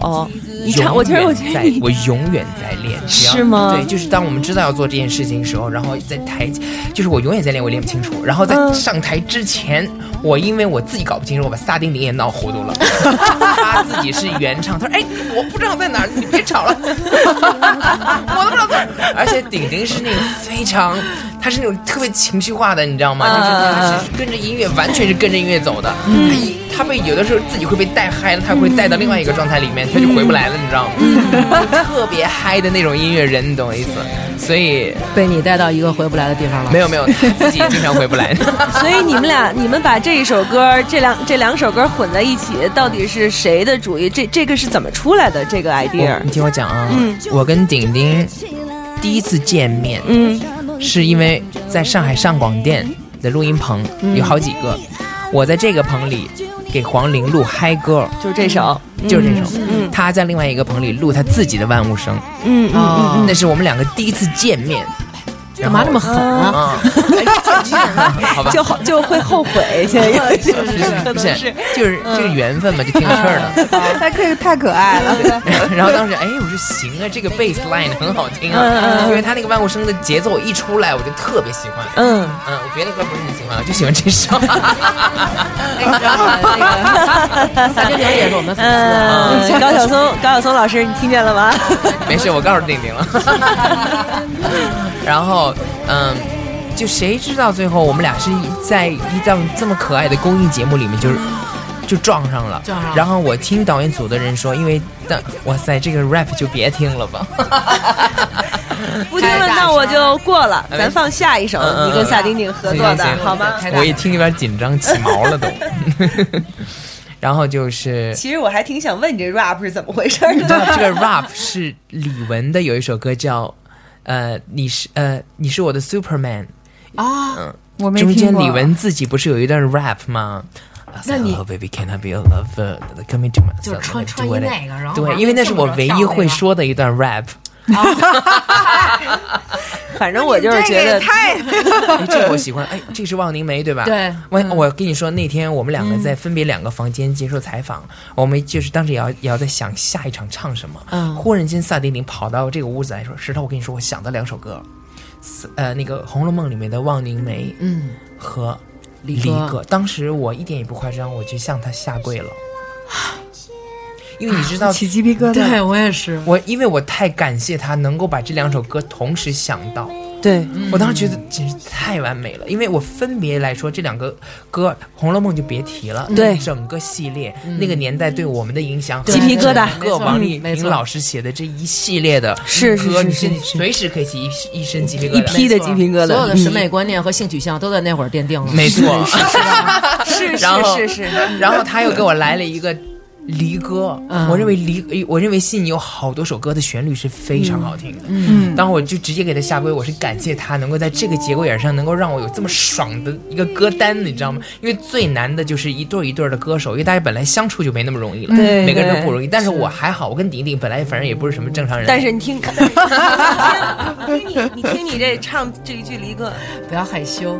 [SPEAKER 6] 你唱，我其实我觉得
[SPEAKER 5] 啊永远在
[SPEAKER 6] 你
[SPEAKER 5] 我永远在练，只要
[SPEAKER 6] 是吗
[SPEAKER 5] 对，就是当我们知道要做这件事情的时候，然后在台，就是我永远在练，我练不清楚。然后在
[SPEAKER 6] 嗯
[SPEAKER 5] 上台之前，我因为我自己搞不清楚，我把萨丁林也闹糊涂了。 *laughs* 他自己是原唱，他说：“哎，我不知道在哪儿，你别吵了，我都不知道在哪儿。”而且顶顶是那种非常，他是那种特别情绪化的，你知道吗？就是他是跟着音乐，完全是跟着音乐走的。他一他被有的时候自己会被带嗨了，他会带到另外一个状态里面，他就回不来了，你知道吗？特别嗨的那种音乐人，你懂我意思？所以
[SPEAKER 7] 被你带到一个回不来的地方了。
[SPEAKER 5] 没有没有，他自己经常回不 *laughs* 来。
[SPEAKER 6] *laughs* 所以你们俩，你们把这一首歌、这两这两首歌混在一起，到底是谁的主意？这这个是怎么出来的？这个 idea？
[SPEAKER 5] 我你听我讲啊，我跟顶顶第一次见面，
[SPEAKER 6] 嗯，
[SPEAKER 5] 是因为在上海上广电的录音棚有好几个，我在这个棚里给黄龄录嗨歌，
[SPEAKER 6] 就是这首，
[SPEAKER 5] 就是这首，他在另外一个棚里录他自己的万物生，
[SPEAKER 6] 嗯嗯，
[SPEAKER 7] 哦，
[SPEAKER 5] 那是我们两个第一次见面。
[SPEAKER 7] 干嘛那么狠啊？
[SPEAKER 6] 嗯
[SPEAKER 5] 啊？
[SPEAKER 6] 哎
[SPEAKER 5] *laughs* 好吧，
[SPEAKER 6] 就好就会后悔，现在有
[SPEAKER 5] 是是
[SPEAKER 6] 可
[SPEAKER 5] 不
[SPEAKER 6] 能
[SPEAKER 5] 是
[SPEAKER 6] 是。，
[SPEAKER 5] 就是这个缘分嘛，就挺有趣儿的。
[SPEAKER 4] 他可以太可爱了，
[SPEAKER 6] 嗯
[SPEAKER 5] *laughs* 然后当时，哎，我说行啊，这个 bass line 很好听
[SPEAKER 6] 嗯
[SPEAKER 5] 啊，因为他那个万物生的节奏一出来，我就特别喜欢。嗯
[SPEAKER 6] 嗯，
[SPEAKER 5] 我别的歌不是很喜欢，我就喜欢这首。
[SPEAKER 7] 然后那个撒丁宁也是我们粉丝啊。
[SPEAKER 6] 嗯，高晓松， *laughs* 高晓松老师，你听见了吗？
[SPEAKER 5] *laughs* 没事，我告诉定定了。然后，嗯，就谁知道最后我们俩是在一档这么可爱的公益节目里面，就是。就撞上了，
[SPEAKER 7] 撞上了
[SPEAKER 5] 然后我听导演组的人说，因为但哇塞，这个 rap 就别听了
[SPEAKER 7] *laughs*
[SPEAKER 5] 吧。
[SPEAKER 6] *laughs* 不听了，那我就过了，咱放下一首
[SPEAKER 5] 嗯嗯
[SPEAKER 6] 你跟萨顶顶合作的
[SPEAKER 5] 行行行
[SPEAKER 6] 好吗？
[SPEAKER 5] 我一听有点紧张，起毛了都。 *laughs* 然后就是
[SPEAKER 6] 其实我还挺想问你这 rap 是怎么回事儿
[SPEAKER 5] 你知道
[SPEAKER 6] 的。
[SPEAKER 5] 这个 rap 是李玟的有一首歌叫呃你是呃你是我的 Superman，
[SPEAKER 4] 我没
[SPEAKER 5] 中
[SPEAKER 4] 听
[SPEAKER 5] 间
[SPEAKER 4] 过。
[SPEAKER 5] 李玟自己不是有一段 rap 吗？那你 baby can I be a lover? Come into my
[SPEAKER 7] 就是穿穿衣那个然后
[SPEAKER 5] 对，
[SPEAKER 7] 往
[SPEAKER 5] 因为那是我
[SPEAKER 7] 那个
[SPEAKER 5] 唯
[SPEAKER 7] 跳
[SPEAKER 5] 一
[SPEAKER 7] 那个
[SPEAKER 5] 会说的一段 rap。
[SPEAKER 6] 反正我就是 *laughs* 觉得
[SPEAKER 5] *laughs* 哎，这个我喜欢。哎，这是望凝梅对吧？
[SPEAKER 7] 对嗯
[SPEAKER 5] 我我跟你说，那天我们两个在分别两个房间接受采访，我们就是当时也要也要在想下一场唱什么。
[SPEAKER 7] 嗯
[SPEAKER 5] 忽然间萨顶顶跑到这个屋子来说：“石头，我跟你说，我想到两首歌，四呃，那个《红楼梦》里面的望凝梅，
[SPEAKER 7] 嗯，
[SPEAKER 5] 和
[SPEAKER 7] 李
[SPEAKER 5] 李
[SPEAKER 7] 哥
[SPEAKER 5] 哥。当时我一点也不夸张，我就向他下跪
[SPEAKER 7] *gasps*
[SPEAKER 5] 了，因为你知道。
[SPEAKER 4] 起鸡皮疙瘩，
[SPEAKER 7] 对我也是。
[SPEAKER 5] 我因为我太感谢他能够把这两首歌同时想到，
[SPEAKER 6] 对，
[SPEAKER 5] 我当时觉得简直太完美了，因为我分别来说这两个歌，《红楼梦》就别提了，
[SPEAKER 6] 对
[SPEAKER 5] 整个系列、那个年代对我们的影响，
[SPEAKER 6] 鸡皮疙瘩
[SPEAKER 5] 整个王丽
[SPEAKER 7] 嗯没
[SPEAKER 5] 萍
[SPEAKER 7] 错
[SPEAKER 5] 老师写的这一系列的
[SPEAKER 6] 是是
[SPEAKER 5] 歌，
[SPEAKER 6] 是
[SPEAKER 5] 你
[SPEAKER 6] 是
[SPEAKER 5] 现在
[SPEAKER 6] 是
[SPEAKER 5] 随时可以起一一身鸡皮疙瘩，
[SPEAKER 6] 一批的鸡皮疙
[SPEAKER 7] 所有
[SPEAKER 6] 瘩
[SPEAKER 7] 的。
[SPEAKER 4] 嗯
[SPEAKER 7] 审美观念和性取向都在那会儿奠定了。
[SPEAKER 5] *laughs* 没错，
[SPEAKER 6] 是
[SPEAKER 5] 然后
[SPEAKER 6] 是是是，
[SPEAKER 5] 然后他又给我来了一个离歌，
[SPEAKER 7] 嗯
[SPEAKER 5] 我认为离，我认为信有好多首歌的旋律是非常好听的。嗯，当我就直接给他下跪，我是感谢他能够在这个节骨眼上能够让我有这么爽的一个歌单，你知道吗？
[SPEAKER 6] 嗯
[SPEAKER 5] 因为最难的就是一对儿一对儿的歌手，因为大家本来相处就没那么容易了，
[SPEAKER 6] 对
[SPEAKER 5] 每个人都
[SPEAKER 6] 对
[SPEAKER 5] 不容易。但是我还好，我跟迪迪本来反正也不是什么正常人，
[SPEAKER 6] 但是你 *laughs* 听，但是你听你听你这唱这一句离歌，
[SPEAKER 7] 不要害羞，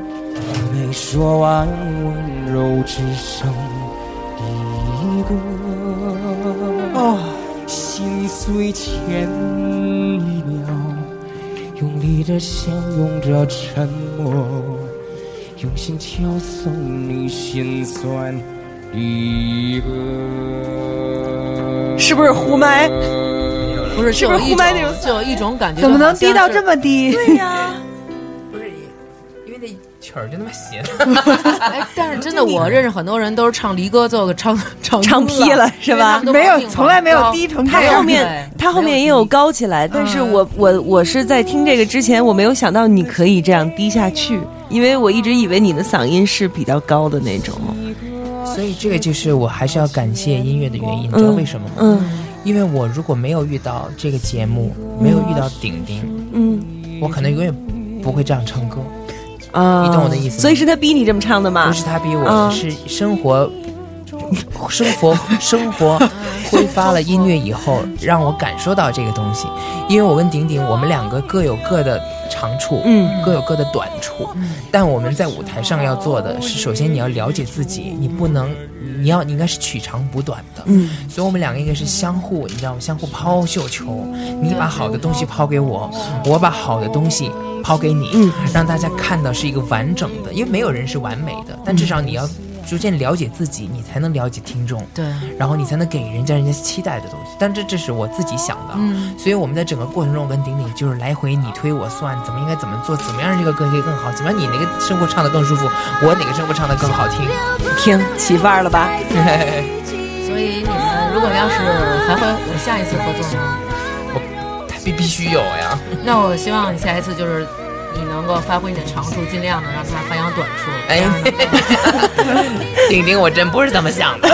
[SPEAKER 9] 没说完温柔只剩一个。哦，心碎前一秒，用力的相拥着沉默，用心敲送你心酸一个。
[SPEAKER 6] 是不是呼麦？
[SPEAKER 7] 不是，
[SPEAKER 6] 是不是呼麦那种
[SPEAKER 7] 就有一种感觉，
[SPEAKER 4] 怎么能低到这？么低？
[SPEAKER 5] 不是因为那曲儿就那么写的。
[SPEAKER 7] 哎，但是真的，我认识很多人都是唱离歌，最后给唱唱
[SPEAKER 6] 唱劈了是吧
[SPEAKER 4] 没有，从来没有低成这
[SPEAKER 6] 他后
[SPEAKER 4] 样。
[SPEAKER 6] 面
[SPEAKER 7] 对
[SPEAKER 6] 他后面也有嗯高起来，但是我我我是在听这个之前，我没有想到你可以这样低下去，因为我一直以为你的嗓音是比较高的那种。
[SPEAKER 5] 所以这个就是我还是要感谢音乐的原因，你知道为什么吗？嗯，因为我如果没有遇到这个节目，没有遇到顶顶，
[SPEAKER 6] 嗯
[SPEAKER 5] 我可能永远不会这样唱歌。
[SPEAKER 6] 啊
[SPEAKER 5] 你懂我的意思吗啊
[SPEAKER 6] 所以是他逼你这么唱的吗
[SPEAKER 5] 不？是他逼我，
[SPEAKER 6] 嗯
[SPEAKER 5] 是生活生活生活挥发了音乐以后，让我感受到这个东西。因为我跟顶顶，我们两个各有各的长处，嗯，各有各的短处，但我们在舞台上要做的是，首先你要了解自己，你不能，你要你应该是取长补短的，嗯，所以我们两个应该是相互，你知道吗？相互抛绣球，你把好的东西抛给我，我把好的东西抛给你，嗯，让大家看到是一个完整的，因为没有人是完美的，但至少你要。逐渐了解自己，你才能了解听众，
[SPEAKER 7] 对，
[SPEAKER 5] 然后你才能给人家人家期待的东西。但这这是我自己想的，嗯，所以我们在整个过程中，我跟顶顶就是来回你推我算，怎么应该怎么做，怎么样这个歌可以更好，怎么样你那个生活唱的更舒服，我哪个生活唱的更好听，
[SPEAKER 8] 听起范儿了吧？
[SPEAKER 7] 所以你们如果要是还会有下一次合作吗？
[SPEAKER 5] 必必须有呀。
[SPEAKER 7] 那我希望你下一次就是你能够发挥你的长处，尽量的让它发扬短处。 *laughs*
[SPEAKER 5] 哎
[SPEAKER 7] 这样呢，
[SPEAKER 5] 顶顶，我真不是这么想的。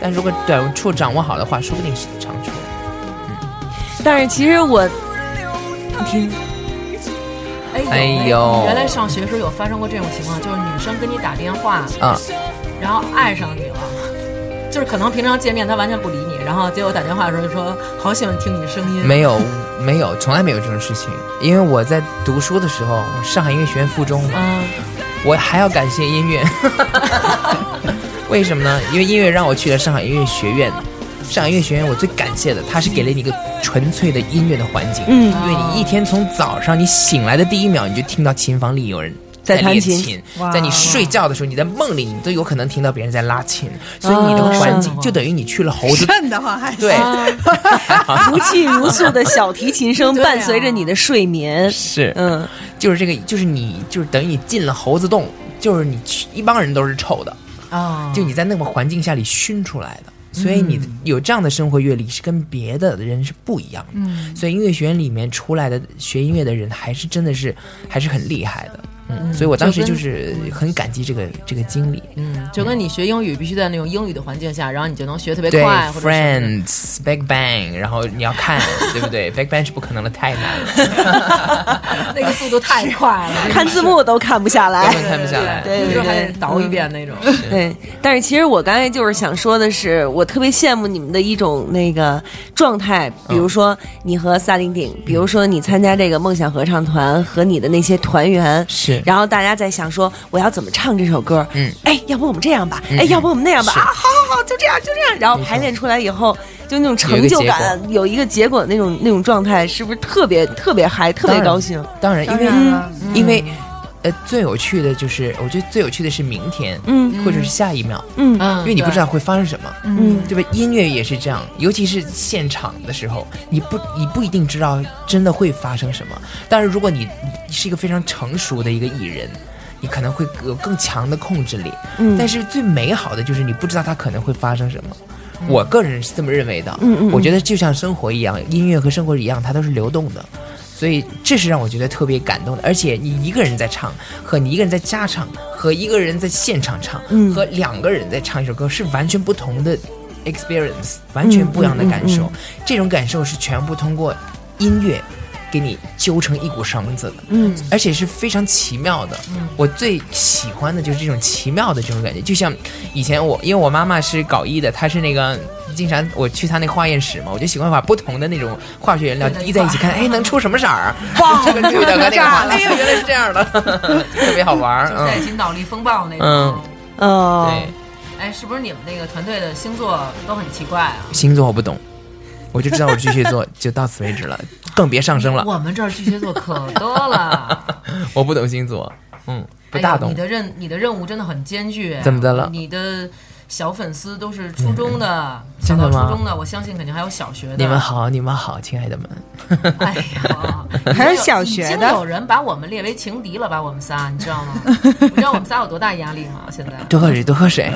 [SPEAKER 5] 但如果短处掌握好的话，说不定是长处。
[SPEAKER 6] 但是其实我
[SPEAKER 5] 哎呦
[SPEAKER 7] 原来上学时候有发生过这种情况，就是女生跟你打电话，
[SPEAKER 5] 啊，
[SPEAKER 7] 然后爱上你了。就是可能平常见面她完全不理你，然后结果打电话的时候就说好喜欢听你的声音，
[SPEAKER 5] 没有，没有，从来没有这种事情。因为我在读书的时候，上海音乐学院附中嘛，
[SPEAKER 7] 嗯，
[SPEAKER 5] 我还要感谢音乐， *laughs* 为什么呢？因为音乐让我去了上海音乐学院。上海音乐学院，我最感谢的，它是给了你一个纯粹的音乐的环境。嗯，因为你一天从早上你醒来的第一秒，你就听到琴房里有人
[SPEAKER 8] 在弹
[SPEAKER 5] 练
[SPEAKER 8] 琴
[SPEAKER 5] 琴，在你睡觉的时候，你在梦里，你都有可能听到别人在拉琴，所以你的环境就等于你去了猴子。
[SPEAKER 4] 瘆得慌还
[SPEAKER 5] 对，
[SPEAKER 6] 如泣如诉的小提琴
[SPEAKER 5] *laughs*
[SPEAKER 6] 声
[SPEAKER 5] 啊
[SPEAKER 6] 伴随着你的睡眠，
[SPEAKER 5] 是，
[SPEAKER 6] 嗯，
[SPEAKER 5] 就是这个，就是你，就是等于你进了猴子洞，就是你去一帮人都是臭的，
[SPEAKER 7] 啊，
[SPEAKER 5] 就你在那个环境下里熏出来的。所以你有这样的生活阅历是跟别的人是不一样的，所以音乐学院里面出来的学音乐的人还是真的是还是很厉害的，嗯，所以我当时就
[SPEAKER 7] 就跟
[SPEAKER 5] 是很感激这个这个经历，
[SPEAKER 7] 嗯，就跟你学英语必须在那种英语的环境下，然后你就能学特别
[SPEAKER 5] 对
[SPEAKER 7] 快，或者是
[SPEAKER 5] ，Friends、Big Bang，然后你要看， *laughs* 对不对？Big Bang 是不可能的，太难了，
[SPEAKER 7] 那个速度太快了，
[SPEAKER 5] *laughs*
[SPEAKER 6] 看字幕都看不下来
[SPEAKER 5] 根。本看不下来。
[SPEAKER 6] 对
[SPEAKER 7] 有
[SPEAKER 6] 对
[SPEAKER 7] 时
[SPEAKER 6] 对
[SPEAKER 7] 候还得倒一遍那种。
[SPEAKER 6] 对，但是其实我刚才就是想说的是，我特别羡慕你们的一种那个状态，比如说
[SPEAKER 5] 嗯
[SPEAKER 6] 你和萨顶顶，比如说你参加这个梦想合唱团和你的那些团员，
[SPEAKER 5] 是
[SPEAKER 6] 然后大家在想说我要怎么唱这首歌，
[SPEAKER 5] 嗯，
[SPEAKER 6] 哎，要不我们这样吧，
[SPEAKER 5] 嗯
[SPEAKER 6] 哎，要不我们那样吧，
[SPEAKER 5] 是
[SPEAKER 6] 啊，好好好，就这样就这样，然后排练出来以后。就那种成就感，有一个结果的那种那种状态，是不是特别特别嗨，特别高兴？嗯
[SPEAKER 5] 当然，因为、
[SPEAKER 4] 当然了
[SPEAKER 5] 因为呃，最有趣的就是，我觉得最有趣的是明天，
[SPEAKER 6] 嗯
[SPEAKER 5] 或者是下一秒，
[SPEAKER 6] 嗯
[SPEAKER 7] 嗯，
[SPEAKER 5] 因为你不知道会发生什么，
[SPEAKER 6] 嗯，
[SPEAKER 5] 对吧？音乐也是这样，尤其是现场的时候，你不你不一定知道真的会发生什么，但是如果你你是一个非常成熟的一个艺人。你可能会有更强的控制力，
[SPEAKER 6] 嗯
[SPEAKER 5] 但是最美好的就是你不知道它可能会发生什么。我个人是这么认为的，
[SPEAKER 6] 嗯嗯嗯
[SPEAKER 5] 我觉得就像生活一样，音乐和生活一样，它都是流动的，所以这是让我觉得特别感动的。而且你一个人在唱，和你一个人在家唱，和一个人在现场唱，
[SPEAKER 6] 嗯
[SPEAKER 5] 和两个人在唱一首歌是完全不同的 experience，完全不一样的感
[SPEAKER 6] 嗯
[SPEAKER 5] 受。这种感受是全部通过音乐给你揪成一股绳子的，
[SPEAKER 6] 嗯，
[SPEAKER 5] 而且是非常奇妙的。
[SPEAKER 7] 嗯
[SPEAKER 5] 我最喜欢的就是这种奇妙的这种感觉，就像以前我，因为我妈妈是搞医的，她是那个经常我去她那个化验室嘛，我就喜欢把不同的那种化学原料滴在一起看，哎，能出什么色儿？哇， *laughs* 这个绿的和那个黄的，哎呀，原来是这样的，特别好玩儿。
[SPEAKER 7] *laughs* 就是在一
[SPEAKER 5] 嗯
[SPEAKER 7] 起脑力风暴那种。
[SPEAKER 5] 嗯
[SPEAKER 6] 哦，
[SPEAKER 5] 对，
[SPEAKER 7] 哎，是不是你们那个团队的星座都很奇怪啊？
[SPEAKER 5] 星座我不懂，我就知道我是巨蟹座，就到此为止了， *laughs* 更别上升了。
[SPEAKER 7] 我们这儿巨蟹座可多了，
[SPEAKER 5] 我不懂星座，嗯，不
[SPEAKER 7] 哎
[SPEAKER 5] 大
[SPEAKER 7] 呀
[SPEAKER 5] 懂
[SPEAKER 7] 你。的任你的任务真的很艰巨，哎
[SPEAKER 5] 怎么的了
[SPEAKER 7] 你的小粉丝都是初中的，小
[SPEAKER 5] 嗯真的
[SPEAKER 7] 到
[SPEAKER 5] 吗
[SPEAKER 7] 初中的，我相信肯定还有小学的。
[SPEAKER 5] 你们，好，你们好，亲爱的们。
[SPEAKER 7] 哎呀，
[SPEAKER 4] *laughs* 还有小学的
[SPEAKER 7] 已经有人把我们列为情敌了，把我们仨，你知
[SPEAKER 4] *laughs*
[SPEAKER 7] 道吗？你知道我们仨有多大压力吗？现在
[SPEAKER 5] 多喝水，多喝水。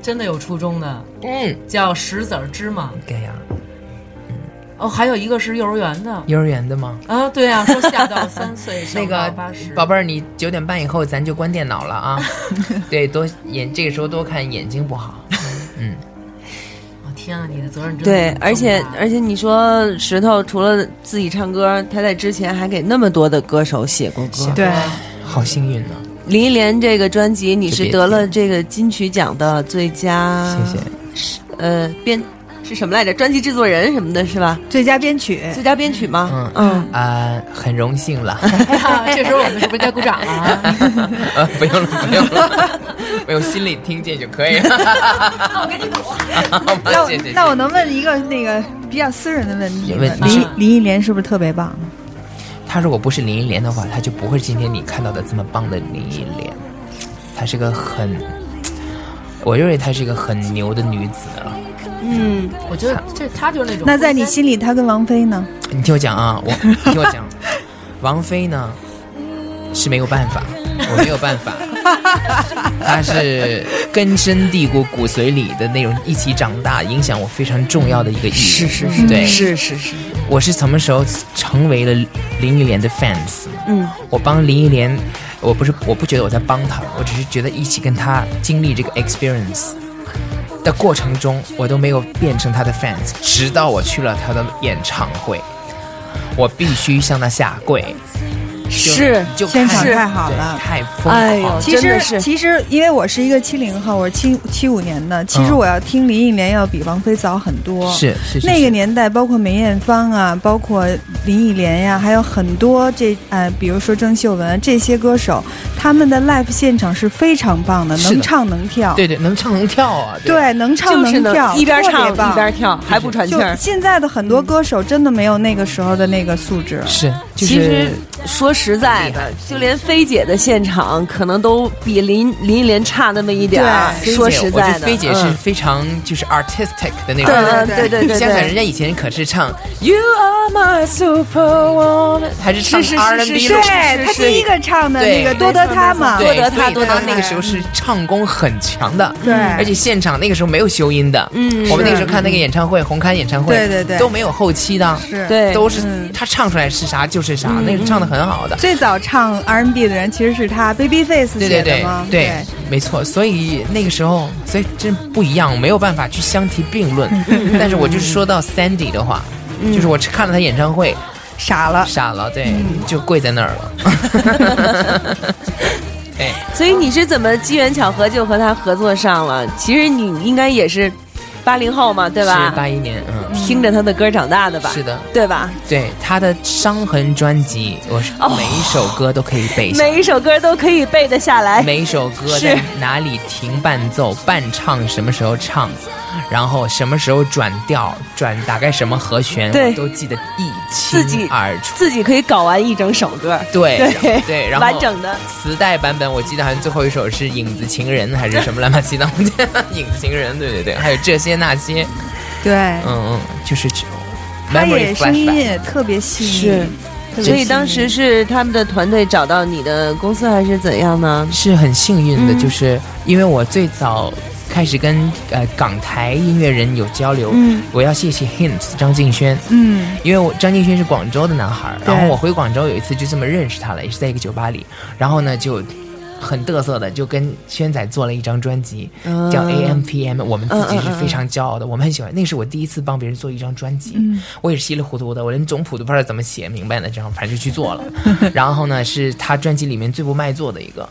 [SPEAKER 7] 真的有初中的，
[SPEAKER 5] 嗯，
[SPEAKER 7] 叫石子儿芝麻，
[SPEAKER 5] 对呀，
[SPEAKER 7] 哦，还有一个是幼儿园的。
[SPEAKER 5] 幼儿园的吗？
[SPEAKER 7] 啊，对啊，说下到
[SPEAKER 5] *laughs*
[SPEAKER 7] 三岁，上
[SPEAKER 5] 那
[SPEAKER 7] 到
[SPEAKER 5] 个
[SPEAKER 7] 八十，
[SPEAKER 5] 宝贝儿，你九点半以后咱就关电脑了啊。对，多眼这个时候多看眼睛不好。嗯，
[SPEAKER 7] 哦天啊，你的责任真的
[SPEAKER 6] 对
[SPEAKER 7] 很，重
[SPEAKER 6] 而且
[SPEAKER 7] 大
[SPEAKER 6] 而且你说石头除了自己唱歌，他在之前还给那么多的歌手写过歌，
[SPEAKER 4] 对，
[SPEAKER 5] 好幸运呢、
[SPEAKER 6] 林忆莲这个专辑，你
[SPEAKER 5] 这
[SPEAKER 6] 是
[SPEAKER 5] 别
[SPEAKER 6] 得
[SPEAKER 5] 提
[SPEAKER 6] 了这个金曲奖的最佳，
[SPEAKER 5] 谢谢。
[SPEAKER 6] 呃，编是什么来着？专辑制作人什么的，是吧？
[SPEAKER 4] 最佳编曲，
[SPEAKER 6] 最佳编曲吗
[SPEAKER 5] 哎嗯？
[SPEAKER 6] 嗯，
[SPEAKER 5] 啊、很荣幸了，
[SPEAKER 7] 啊这时候我们是不是该鼓掌了啊？
[SPEAKER 5] 呃不用了，不用了，我有心里听见就可以了。 *laughs* 我给你
[SPEAKER 4] 那
[SPEAKER 5] 鼓。
[SPEAKER 4] 我
[SPEAKER 5] 啊谢谢。
[SPEAKER 4] 那我能问一个那个比较私人的问题吗
[SPEAKER 5] 问？你
[SPEAKER 4] 林林忆莲是不是特别棒？
[SPEAKER 5] 他如果不是林忆莲的话，他就不会是今天你看到的这么棒的林忆莲。她是个很，我认为她是一个很牛的女子啊。
[SPEAKER 4] 嗯，
[SPEAKER 7] 我觉得这他就是那种
[SPEAKER 4] *laughs* 那在你心里，她跟王菲呢？
[SPEAKER 5] 你听我讲啊， *laughs* 我你听我讲，王菲呢是没有办 *laughs* 法，我没有办法，她是根深蒂固、骨髓里的那种一起长大，影响我非常重要的一个艺人。是是是，对，
[SPEAKER 8] 是是是，
[SPEAKER 5] 我是什么时候成为了林忆莲的 fans？嗯，我帮林忆莲，我不是我不觉得我在帮她，我只是觉得一起跟她经历这个 experience 的过程中，我都没有变成她的 fans，直到我去了她的演唱会，我必须向她下跪。就是你就
[SPEAKER 4] 现场
[SPEAKER 5] 看
[SPEAKER 4] 太好
[SPEAKER 5] 对
[SPEAKER 4] 了
[SPEAKER 5] 太疯狂
[SPEAKER 8] 哎
[SPEAKER 5] 了
[SPEAKER 8] 呦，。
[SPEAKER 4] 其
[SPEAKER 8] 真
[SPEAKER 4] 实
[SPEAKER 8] 的是
[SPEAKER 4] 其实，因为我是一个七零后，我是七七五年的，其实
[SPEAKER 5] 嗯
[SPEAKER 4] 我要听林忆莲要比王菲早很多。
[SPEAKER 5] 是是是
[SPEAKER 4] 那个年代，包括梅艳芳啊，包括林忆莲呀、还有很多这呃，比如说郑秀文啊这些歌手，他们的 live 现场是非常棒的，
[SPEAKER 5] 是的
[SPEAKER 4] 能唱能跳。
[SPEAKER 5] 对对，能唱能跳啊！
[SPEAKER 4] 对，能唱
[SPEAKER 8] 就是呢
[SPEAKER 4] 跳，，
[SPEAKER 8] 一边
[SPEAKER 4] 特别
[SPEAKER 8] 唱
[SPEAKER 4] 棒
[SPEAKER 8] 一边跳，还不喘气
[SPEAKER 4] 就
[SPEAKER 8] 儿。
[SPEAKER 4] 现在的很多歌手真的没有那个时候的那个素质。
[SPEAKER 5] 是，就是
[SPEAKER 6] 其实说实在的，就连菲姐的现场可能都比林林忆莲差那么一点儿。
[SPEAKER 5] 菲姐
[SPEAKER 6] 说实
[SPEAKER 5] 我觉
[SPEAKER 6] 在
[SPEAKER 5] 得
[SPEAKER 6] 的，
[SPEAKER 5] 菲姐是
[SPEAKER 6] 嗯
[SPEAKER 5] 非常就是 artistic 的那种。
[SPEAKER 6] 对对对对
[SPEAKER 5] *laughs*
[SPEAKER 6] 对
[SPEAKER 5] 想想人家以前可是唱 You Are My Superwoman，还是唱
[SPEAKER 6] 是是
[SPEAKER 5] R&B
[SPEAKER 6] 是是
[SPEAKER 5] 的。
[SPEAKER 4] 对他第一个唱的
[SPEAKER 5] 对
[SPEAKER 4] 那个多得他嘛，
[SPEAKER 5] 对
[SPEAKER 6] 多得他
[SPEAKER 5] 所以
[SPEAKER 6] 多得他
[SPEAKER 5] 那个时候是唱功很强的，
[SPEAKER 4] 对
[SPEAKER 5] 而且现场那个时候没有修音的，嗯，我们那个时候看那个演唱会，红勘演唱会，
[SPEAKER 4] 对对对
[SPEAKER 5] 都没有后期的，
[SPEAKER 4] 是
[SPEAKER 6] 对
[SPEAKER 5] 都是他唱出来是啥就是啥，那个唱的很好的，
[SPEAKER 4] 最早唱 R&B 的人其实是他，Babyface
[SPEAKER 5] 对对
[SPEAKER 4] 写
[SPEAKER 5] 对
[SPEAKER 4] 的吗？
[SPEAKER 5] 对，没错。所以那个时候，所以真不一样，没有办法去相提并论。但是我就是说到 Sandy 的话，就是我看了他演唱会，
[SPEAKER 4] 傻了。
[SPEAKER 5] 傻了，对，
[SPEAKER 6] 嗯
[SPEAKER 5] 就跪在那儿了。
[SPEAKER 6] *laughs*
[SPEAKER 5] 对，
[SPEAKER 6] 所以你是怎么机缘巧合就和他合作上了？其实你应该也是八零后嘛，对吧
[SPEAKER 5] 是？八一年，嗯，
[SPEAKER 6] 听着他的歌长大的吧？
[SPEAKER 5] 是的，
[SPEAKER 6] 对吧？
[SPEAKER 5] 对，他的《伤痕》专辑，我是
[SPEAKER 6] 哦
[SPEAKER 5] 每一首歌都可以背下来。
[SPEAKER 6] 每一首歌都可以背得下来。
[SPEAKER 5] 每一首歌
[SPEAKER 6] 是
[SPEAKER 5] 在哪里停伴奏、伴唱，什么时候唱，然后什么时候转调、转大概什么和弦，
[SPEAKER 6] 对
[SPEAKER 5] 我都记得一
[SPEAKER 6] 自己
[SPEAKER 5] 清二楚。
[SPEAKER 6] 自己可以搞完一整首歌。
[SPEAKER 5] 对
[SPEAKER 6] 对
[SPEAKER 5] 对，然后
[SPEAKER 6] 完整的
[SPEAKER 5] 磁带版本，我记得好像最后一首是《影子情人》还是什么乱七八糟的，《影子情人》对对对，还有这些那些，
[SPEAKER 4] 对，
[SPEAKER 5] 嗯嗯，就是
[SPEAKER 4] 他也
[SPEAKER 5] memory
[SPEAKER 4] 声音
[SPEAKER 5] flashback。
[SPEAKER 4] 也特别细腻，
[SPEAKER 6] 是
[SPEAKER 4] 特别细
[SPEAKER 6] 所
[SPEAKER 4] 腻
[SPEAKER 6] 以当时是他们的团队找到你的公司还是怎样呢？
[SPEAKER 5] 是很幸运的，
[SPEAKER 4] 嗯
[SPEAKER 5] 就是因为我最早开始跟呃港台音乐人有交流，我要谢谢 Hints 张敬轩，
[SPEAKER 4] 嗯，
[SPEAKER 5] 因为我张敬轩是广州的男孩儿，
[SPEAKER 4] 对
[SPEAKER 5] 然后我回广州有一次就这么认识他了，也是在一个酒吧里，然后呢就。很嘚瑟的，就跟轩仔做了一张专辑，
[SPEAKER 4] 嗯
[SPEAKER 5] 叫 A M P M。我们自己是非常骄傲的，我们很喜欢。那是我第一次帮别人做一张专辑，
[SPEAKER 4] 嗯
[SPEAKER 5] 我也是稀里糊涂的，我连总谱都不知道怎么写明白呢，这样反正就去
[SPEAKER 4] *laughs*
[SPEAKER 5] 做了。然后呢，是他专辑里面最不卖座的一个，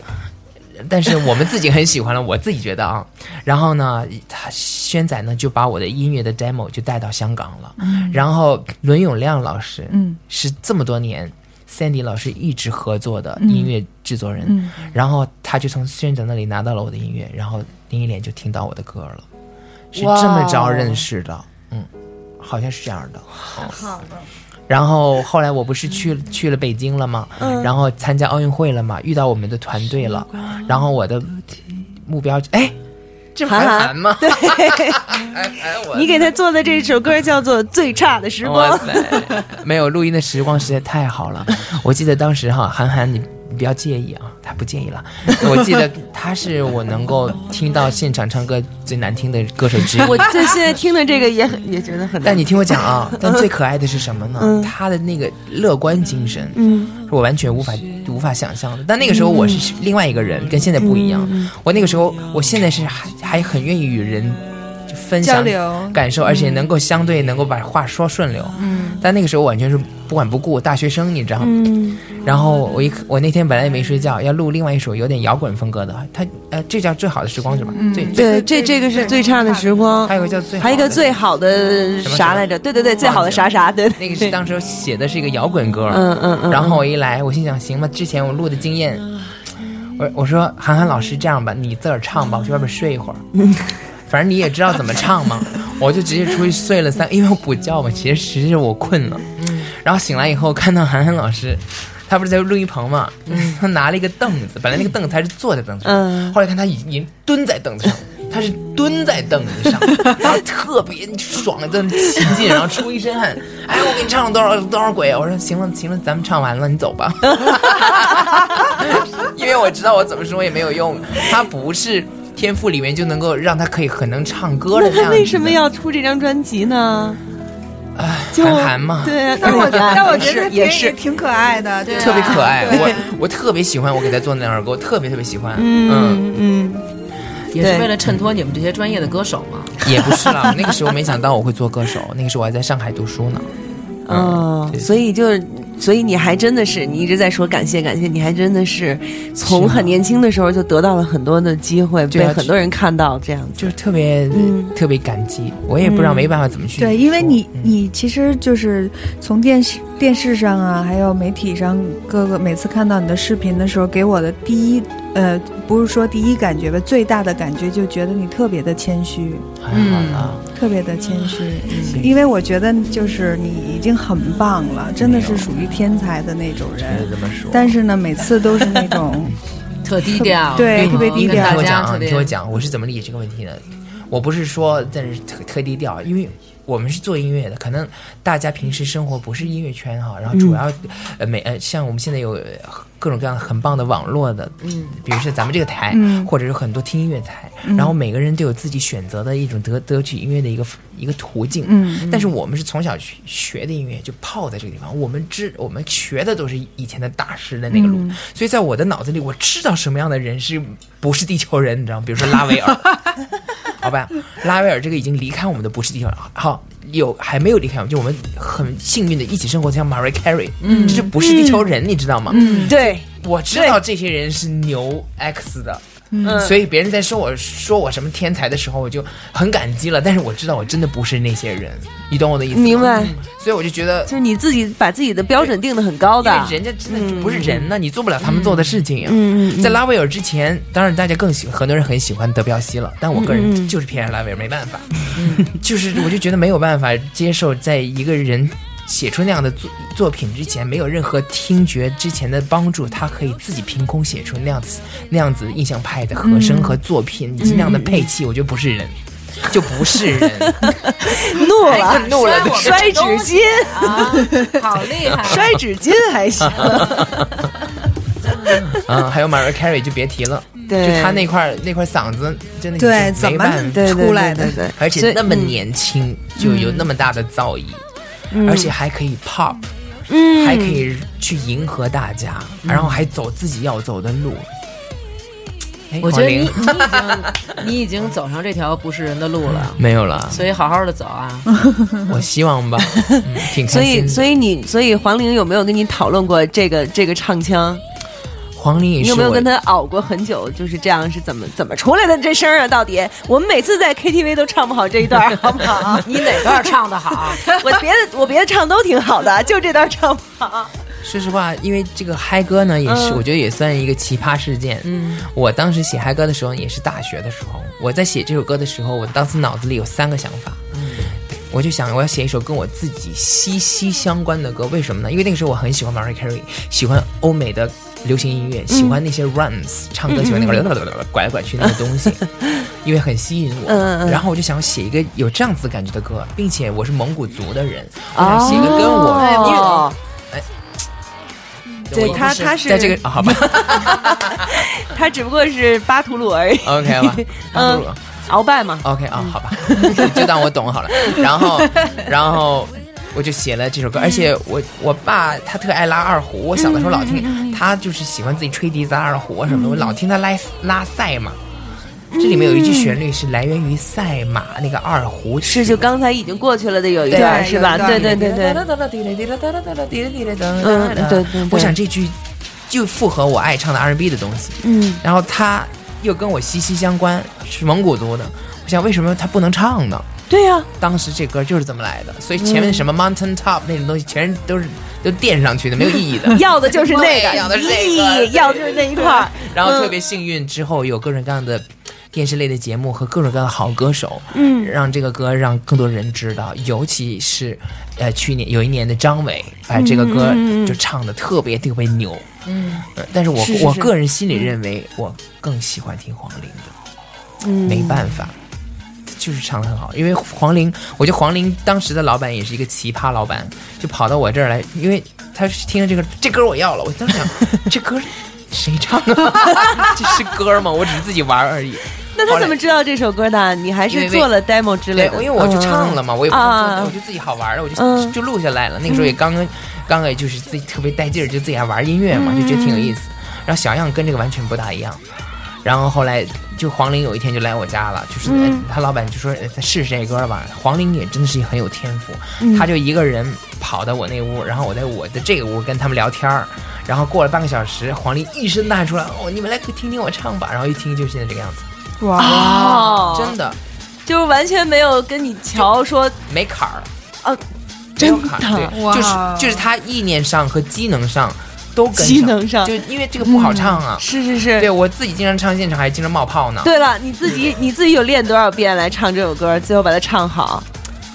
[SPEAKER 5] 但是我们自己很喜欢了，我自己觉得啊。 *laughs* 然后呢，他轩仔呢就把我的音乐的 demo 就带到香港了。然后伦永亮老师，
[SPEAKER 4] 嗯，
[SPEAKER 5] 是这么多年 Sandy 老师一直合作的音乐制作人。然后他就从轩仔那里拿到了我的音乐，然后林忆莲就听到我的歌了，是这么着认识的。嗯，好像是这样的。好然后后来我不是去去了北京了嘛，然后参加奥运会了嘛，遇到我们的团队了，然后我的目标哎，这不是
[SPEAKER 6] 韩
[SPEAKER 5] 韩
[SPEAKER 6] 寒
[SPEAKER 5] 寒吗？对， *laughs* 哎我
[SPEAKER 6] 你给他做的这首歌叫做《最差的时光
[SPEAKER 5] 哇》。塞，没有录音的时光实在太好了。我记得当时哈，韩寒你。你不要介意啊，他不介 *laughs* 意了。我记得他是我能够听到现场唱歌最难听的歌手之一。
[SPEAKER 6] *laughs* 我这现在听的这个也很也觉得很
[SPEAKER 5] *laughs* 但你听我讲啊，但最可爱的是什么呢？他的那个乐观精神，嗯，是我完全无法无法想象的。但那个时候我是另外一个人，跟现在不一样。我那个时候，我现在是还还很愿意与人就分
[SPEAKER 4] 交
[SPEAKER 5] 享
[SPEAKER 4] 流
[SPEAKER 5] 感受，而且能够相对能够把话说顺溜。嗯，但那个时候完全是不管不顾，大学生你知道吗？嗯。然后我一我那天本来也没睡觉，要录另外一首有点摇滚风格的，它呃这叫最好的时光是吧？最
[SPEAKER 8] 对，这这个是最差的时光，
[SPEAKER 5] 还有一个叫最好的
[SPEAKER 8] 还有一个最好的
[SPEAKER 5] 什么
[SPEAKER 8] 啥来着？对对对，最好的啥啥？对，
[SPEAKER 5] *laughs* 那个是当时写的是一个摇滚歌，
[SPEAKER 8] 嗯嗯嗯
[SPEAKER 5] 然后我一来，我心想，行吧，之前我录的经验，我我说韩寒老师这样吧，你自个儿唱吧，我去外边睡一会儿，反正你也知道怎么唱
[SPEAKER 6] *laughs*
[SPEAKER 5] 嘛，我就直接出去睡了三，因为我补觉嘛，其实其实是我困了，
[SPEAKER 6] 嗯
[SPEAKER 5] 然后醒来以后看到韩寒老师。他不是在录音棚嘛？
[SPEAKER 6] 嗯
[SPEAKER 5] 他拿了一个凳子，本来那个凳子他是坐在凳子上，
[SPEAKER 8] 嗯
[SPEAKER 5] 后来看他已经蹲在凳子
[SPEAKER 6] *laughs*
[SPEAKER 5] 上，他是蹲在凳子上，然后特别爽，在那起劲，然后出一身汗。哎，我给你唱了多少多少鬼？我说行了行了，咱们唱完了，你
[SPEAKER 6] *laughs*
[SPEAKER 5] 走吧。因为我知道我怎么说也没有用，他不是天赋里面就能够让他可以很能唱歌的
[SPEAKER 6] 那
[SPEAKER 5] 这样
[SPEAKER 6] 他
[SPEAKER 5] 子的。
[SPEAKER 6] 为什么要出这张专辑呢？
[SPEAKER 5] 韩寒嘛？
[SPEAKER 6] 对啊，
[SPEAKER 4] *laughs* 但我但我觉
[SPEAKER 8] 也
[SPEAKER 4] 得
[SPEAKER 8] 是也
[SPEAKER 4] 挺
[SPEAKER 8] 是
[SPEAKER 4] 挺可爱的，对吧啊
[SPEAKER 5] 特别可爱，
[SPEAKER 4] 对
[SPEAKER 5] 我我特别喜欢我给他做的那首歌，我特别特别喜欢。嗯，
[SPEAKER 7] 也是
[SPEAKER 8] 对
[SPEAKER 7] 为了衬托你们这些专业的歌手嘛。
[SPEAKER 5] 也不是啦， *laughs* 那个时候没想到我会做歌手，那个时候我还在上海读书呢。
[SPEAKER 4] 哦
[SPEAKER 8] 嗯，
[SPEAKER 5] 对
[SPEAKER 8] 所以就是，所以你还真的是，你一直在说感谢感谢，你还真的是
[SPEAKER 5] 是
[SPEAKER 8] 从
[SPEAKER 5] 吗
[SPEAKER 8] 很年轻的时候就得到了很多的机会，
[SPEAKER 5] 对
[SPEAKER 8] 被
[SPEAKER 5] 啊
[SPEAKER 8] 很多人看到这样子。
[SPEAKER 5] 就是特别、特别感激，我也不知道没办法怎么去
[SPEAKER 4] 嗯
[SPEAKER 5] 说、
[SPEAKER 4] 对，因为你
[SPEAKER 5] 嗯
[SPEAKER 4] 你其实就是从电视电视上啊，还有媒体上各个每次看到你的视频的时候，给我的第一呃，不是说第一感觉吧，最大的感觉就觉得你特别的谦虚，
[SPEAKER 5] 还好了，
[SPEAKER 4] 特别的谦虚，
[SPEAKER 5] 嗯
[SPEAKER 4] 因为我觉得就是你已经很棒了，真的是属于天才的那种人。
[SPEAKER 5] 这么说
[SPEAKER 4] 但是呢，每次都是那
[SPEAKER 5] *laughs*
[SPEAKER 4] 种
[SPEAKER 7] 特低调，
[SPEAKER 4] 对
[SPEAKER 7] 嗯
[SPEAKER 4] 特别低
[SPEAKER 7] 跟
[SPEAKER 4] 调
[SPEAKER 7] 大
[SPEAKER 5] 听我
[SPEAKER 7] 家
[SPEAKER 5] 讲
[SPEAKER 7] 特
[SPEAKER 5] 啊，
[SPEAKER 7] 别
[SPEAKER 5] 你听我讲，我是怎么理解这个问题的？我不是说但是特特低调，因为我们是做音乐的，可能大家平时生活不是音乐圈
[SPEAKER 4] 嗯
[SPEAKER 5] 哈，然后主要、呃每呃像我们现在有呃各种各样很棒的网络的，嗯，比如说咱们这个台，
[SPEAKER 4] 嗯
[SPEAKER 5] 或者是很多听音乐台，然后每个人都有自己选择的一种得得取音乐的一个一个途径，
[SPEAKER 4] 嗯，
[SPEAKER 5] 但是我们是从小学学的音乐就泡在这个地方，我们知我们学的都是以前的大师的那个路，
[SPEAKER 4] 嗯
[SPEAKER 5] 所以在我的脑子里，我知道什么样的人是不是地球人，你知道吗？比如说拉威尔， *laughs* 好吧，拉威尔这个已经离开我们的不是地球人，好。有还没有离开我们？就我们很幸运的一起生活，像 Mariah Carey，嗯，这是不是地球人？你知道吗？嗯，
[SPEAKER 8] 对，
[SPEAKER 5] 我知道这些人是牛 X 的，嗯，所以别人在说我说我什么天才的时候，我就很感激了。但是我知道我真的不是那些人，你懂我的意思吗？
[SPEAKER 8] 明白
[SPEAKER 5] 嗯所以我就觉得
[SPEAKER 8] 就，是你自己把自己的标准定的很高
[SPEAKER 5] 因
[SPEAKER 8] 的
[SPEAKER 5] 为，人家真的就不是人
[SPEAKER 4] 嗯
[SPEAKER 5] 呢，你做不了他们做的事情呀。在拉威尔之前，当然大家更喜很多人很喜欢德彪西了，但我个
[SPEAKER 4] 嗯
[SPEAKER 5] 人就是偏爱拉威尔，没办法，就是我就觉得没有办法接受在一个人。写出那样的作作品之前，没有任何听觉之前的帮助，他可以自己凭空写出那样子那样子印象派的和声和作品，以及那样的配器，我觉得不是人，
[SPEAKER 4] 嗯
[SPEAKER 5] 就不是人。
[SPEAKER 8] 怒了，
[SPEAKER 5] 怒了
[SPEAKER 8] 哎摔纸巾，
[SPEAKER 7] 啊，好厉
[SPEAKER 4] *laughs*
[SPEAKER 5] 啊
[SPEAKER 7] 害！啊
[SPEAKER 8] 摔纸巾还
[SPEAKER 5] *laughs*
[SPEAKER 8] 行，
[SPEAKER 5] 嗯，还有 Mariah Carey 就别提了，
[SPEAKER 8] 对
[SPEAKER 5] 就他那块儿那块儿嗓子真的
[SPEAKER 4] 对
[SPEAKER 5] 已经
[SPEAKER 4] 怎
[SPEAKER 5] 没
[SPEAKER 4] 么
[SPEAKER 5] 办法，
[SPEAKER 8] 对对
[SPEAKER 4] 出来的
[SPEAKER 8] 对对对
[SPEAKER 5] 而
[SPEAKER 8] 所
[SPEAKER 5] 且
[SPEAKER 8] 以嗯
[SPEAKER 5] 那么年轻就有那么大的造诣，
[SPEAKER 8] 嗯
[SPEAKER 5] 而且还可以 pop，、还可以去迎合大家，
[SPEAKER 8] 嗯
[SPEAKER 5] 然后还走自己要走的路。哎
[SPEAKER 7] 我觉得
[SPEAKER 5] 黄
[SPEAKER 7] 你
[SPEAKER 5] 龄
[SPEAKER 7] 你已经你已经走上这条不是人的路了，
[SPEAKER 5] 没有了，
[SPEAKER 7] 所以好好的走啊。
[SPEAKER 5] 我希望
[SPEAKER 8] *laughs*
[SPEAKER 5] 吧，嗯、挺
[SPEAKER 8] 所
[SPEAKER 5] 开心
[SPEAKER 8] 以
[SPEAKER 5] 的。
[SPEAKER 8] 所以你所以黄龄有没有跟你讨论过这个这个唱腔？
[SPEAKER 5] 黄龄也
[SPEAKER 8] 你
[SPEAKER 5] 是
[SPEAKER 8] 有
[SPEAKER 5] 我
[SPEAKER 8] 没有跟他熬过很久？就是这样是怎么怎么出来的这声儿啊？到底我们每次在 KTV 都唱不好这一段儿，好不
[SPEAKER 5] *laughs*
[SPEAKER 8] 好？
[SPEAKER 7] 你哪段唱的好？
[SPEAKER 8] *laughs*
[SPEAKER 7] 啊
[SPEAKER 8] 我别的我别的唱都挺好的，就这段唱不好。
[SPEAKER 5] 说实话，因为这个嗨歌呢，也是、我觉得也算是一个奇葩事件。嗯，我当时写嗨歌的时候也是大学的时候，我在写这首歌的时候，我当时脑子里有三个想法。嗯，我就想我要写一首跟我自己息息相关的歌，为什么呢？因为那个时候我很喜欢 Mariah Carey，喜欢欧美的流行音乐，喜欢那些 runs 唱歌，喜欢那个 *laughs* 拐来拐去那个东 *laughs* 西，因为很吸引我。然后我就想写一个有这样子感觉的歌，并且我是蒙古族的人，我想啊写一个跟哦我、因为。
[SPEAKER 8] 哦
[SPEAKER 5] 对
[SPEAKER 8] 他他是
[SPEAKER 5] 在这个、啊好吧
[SPEAKER 8] *laughs* 他只不过是巴图鲁而已，
[SPEAKER 5] ，OK 吧，当主
[SPEAKER 8] 鳌拜嘛。
[SPEAKER 5] OK 啊、好吧，就当我懂好了。然后，然后我就写了这首歌，而且我我爸他特爱拉二胡，我小的时候老听，他就是喜欢自己吹笛子拉二胡啊什么的，我老听他拉拉塞嘛。这里面有一句旋律是来源于赛马那个二胡曲，
[SPEAKER 6] 是就刚才已经过去了的有一段
[SPEAKER 5] 对
[SPEAKER 6] 是吧？对对对对，
[SPEAKER 5] 嗯我想这句就符合我爱唱的 R&B 的东西，
[SPEAKER 6] 嗯，
[SPEAKER 5] 然后他又跟我息息相关，是蒙古族的，我想为什么他不能唱呢？
[SPEAKER 6] 对呀、
[SPEAKER 5] 当时这歌就是这么来的，所以前面什么 Mountain Top 那种东西，全是都是都垫上去的，没有意义的。
[SPEAKER 6] 要的就是那个，
[SPEAKER 5] *laughs* 对要的是那个
[SPEAKER 6] 咦要的就是那一块儿。
[SPEAKER 5] 然后特别幸运，之后有各种各样的电视类的节目和各种各样的好歌手，嗯，让这个歌让更多人知道，尤其是呃去年有一年的张伟把这个歌就唱的特别特别牛，嗯，但是我我个人心里认为我更喜欢听黄龄的，嗯，没办法。就是唱的很好，因为黄龄，我觉得黄龄当时的老板也是一个奇葩老板，就跑到我这儿来，因为他是听了这个这歌我要了，我当 *laughs* 时想这歌谁唱的？这是歌吗？我只是自己玩 *laughs* 而已。
[SPEAKER 6] 那他怎么知道这首歌的？你还
[SPEAKER 5] 因
[SPEAKER 6] 是
[SPEAKER 5] 为
[SPEAKER 6] 做了 demo 之类
[SPEAKER 5] 对，
[SPEAKER 6] 的？嗯
[SPEAKER 5] 因为我就唱了嘛，我也不是
[SPEAKER 6] 啊
[SPEAKER 5] 做，我就自己好玩的，我就
[SPEAKER 6] 嗯
[SPEAKER 5] 就录下来了。那个时候也刚刚刚刚也就是自己特别带劲儿，就自己还玩音乐嘛，就觉得挺有意思。然后小样跟这个完全不大一样。然后后来就黄龄有一天就来我家了，就是、哎他老板就说哎试试这歌吧。黄龄也真的是很有天赋，他就一个人跑到我那屋，然后我在我的这个屋跟他们聊天儿。然后过了半个小时，黄龄一声大喊出来：“哦，你们来听听我唱吧！”然后一听就是现在这个样子，
[SPEAKER 4] 哇，
[SPEAKER 5] 啊
[SPEAKER 6] 哦，
[SPEAKER 5] 真的
[SPEAKER 6] 就是完全没有跟你瞧说
[SPEAKER 5] 没坎儿。
[SPEAKER 6] 哦，
[SPEAKER 5] 没有坎
[SPEAKER 6] 真的
[SPEAKER 5] 儿，对，就是就是他意念上和机能上都跟
[SPEAKER 6] 机能上嗯
[SPEAKER 5] 就因为这个不好唱啊。
[SPEAKER 6] 是是是。
[SPEAKER 5] 对我自己经常唱现场，还经常冒泡呢。
[SPEAKER 6] 对了，你自己你自己有练多少遍来唱这首歌，最后把它唱好，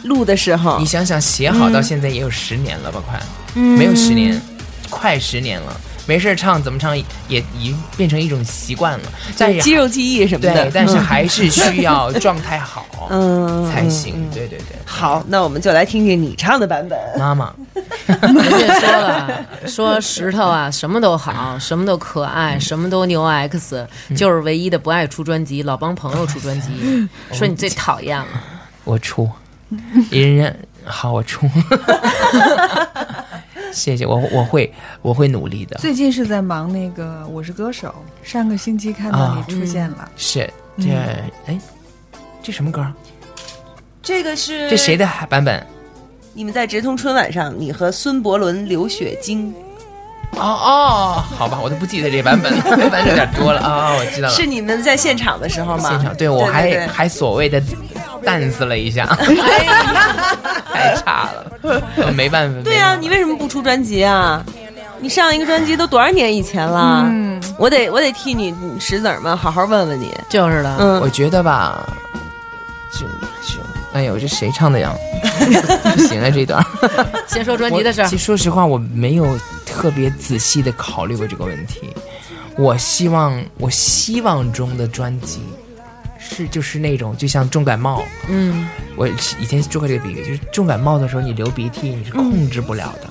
[SPEAKER 6] 录的时候
[SPEAKER 5] 你想想，写好
[SPEAKER 6] 嗯
[SPEAKER 5] 到现在也有十年了吧，快，没有十年，快十年了。没事儿唱怎么唱也已经变成一种习惯了，但
[SPEAKER 6] 肌
[SPEAKER 5] 是
[SPEAKER 6] 肉记忆什么
[SPEAKER 5] 对
[SPEAKER 6] 的，。
[SPEAKER 5] 但是还是需要状态好
[SPEAKER 6] *laughs* 嗯
[SPEAKER 5] 才行。对对对，
[SPEAKER 6] 好，那我们就来听听你唱的版本。
[SPEAKER 5] 妈妈，
[SPEAKER 7] 人家说了，说石头啊，什么都好，什么都可爱，什么都牛 X，就是唯一的不爱出专辑，老帮朋友出专
[SPEAKER 5] 嗯
[SPEAKER 7] 辑， *laughs* 说你最讨厌了。
[SPEAKER 5] 我出，
[SPEAKER 6] *laughs*
[SPEAKER 5] 人家好，我出， *laughs* 谢谢我，我会我会努力的。
[SPEAKER 4] 最近是在忙那个《我是歌手》，上个星期看
[SPEAKER 5] 啊
[SPEAKER 4] 到你出现了，
[SPEAKER 5] 是
[SPEAKER 6] 嗯
[SPEAKER 5] 这哎，这什么歌？
[SPEAKER 6] 这个是
[SPEAKER 5] 这谁的版本？
[SPEAKER 6] 你们在直通春晚上，你和孙伯伦、刘雪晶，
[SPEAKER 5] 哦哦，好吧，我都不记得这版
[SPEAKER 6] *laughs*
[SPEAKER 5] 本了，版本有点多了啊、哦我知道了。
[SPEAKER 6] 是你们在现场的时候吗？
[SPEAKER 5] 现场对我还
[SPEAKER 6] 对哎对
[SPEAKER 5] 还所谓的淡死了一下， *laughs* 太差了，没办法。
[SPEAKER 6] 对
[SPEAKER 5] 呀、
[SPEAKER 6] 啊，你为什么不出专辑啊？你上一个专辑都多少年以前了？嗯，我得我得替你你石子儿们好好问问你。
[SPEAKER 7] 就是的，
[SPEAKER 6] 嗯
[SPEAKER 5] 我觉得吧，这这，哎呦，这谁唱的呀？ *laughs* 不行啊，这一段。
[SPEAKER 7] 先说专辑的事儿
[SPEAKER 5] 我其。实说实话，我没有特别仔细的考虑过这个问题。我希望，我希望中的专辑是就是那种，就像重感冒，
[SPEAKER 7] 嗯，
[SPEAKER 5] 我以前做过这个比喻，就是重感冒的时候，你流鼻涕你是控制不了的，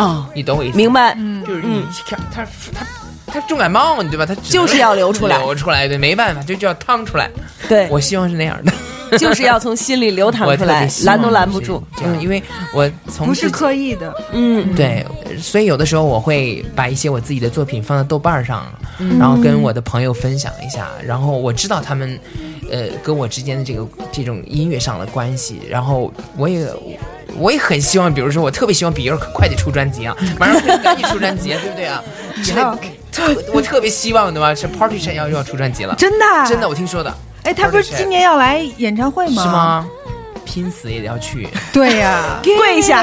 [SPEAKER 6] 哦，
[SPEAKER 5] 你懂我意
[SPEAKER 6] 嗯
[SPEAKER 5] 思？
[SPEAKER 6] 明
[SPEAKER 5] 白？
[SPEAKER 6] 白，嗯
[SPEAKER 5] 就是你看他他他重感冒，对吧？他只
[SPEAKER 6] 就
[SPEAKER 5] 能
[SPEAKER 6] 是要流出来
[SPEAKER 5] 流出来，对，没办法，就就要淌出来。
[SPEAKER 6] 对，
[SPEAKER 5] 我希望是那样
[SPEAKER 6] *laughs*
[SPEAKER 5] 的，
[SPEAKER 6] 就是要从心里流淌
[SPEAKER 5] 我
[SPEAKER 6] 出
[SPEAKER 5] 特
[SPEAKER 6] 来
[SPEAKER 5] 别，希望
[SPEAKER 6] 拦都拦不
[SPEAKER 5] 是
[SPEAKER 6] 住。
[SPEAKER 5] 这样，因为我从
[SPEAKER 4] 不
[SPEAKER 5] 自
[SPEAKER 4] 是
[SPEAKER 5] 己
[SPEAKER 4] 刻意的，
[SPEAKER 6] 嗯，
[SPEAKER 5] 对，所以有的时候我会把一些我自己的作品放到豆瓣儿上，然后
[SPEAKER 4] 嗯
[SPEAKER 5] 跟我的朋友分享一下，然后我知道他们，呃，跟我之间的这个这种音乐上的关系，然后我也。我也很希望，比如说，我特别希望比尔快点出专辑啊，马上赶紧出专辑啊，对不对啊？真的，特我特别希望对吧？是 Party 山要要出专辑了，
[SPEAKER 4] 真的啊
[SPEAKER 5] 真的，我听说的，
[SPEAKER 4] 哎，他不是今年要来演唱会
[SPEAKER 5] 是
[SPEAKER 4] 吗？？
[SPEAKER 5] 吗？拼死也得要去，
[SPEAKER 4] 对
[SPEAKER 5] *laughs*
[SPEAKER 4] 呀，
[SPEAKER 6] 跪下，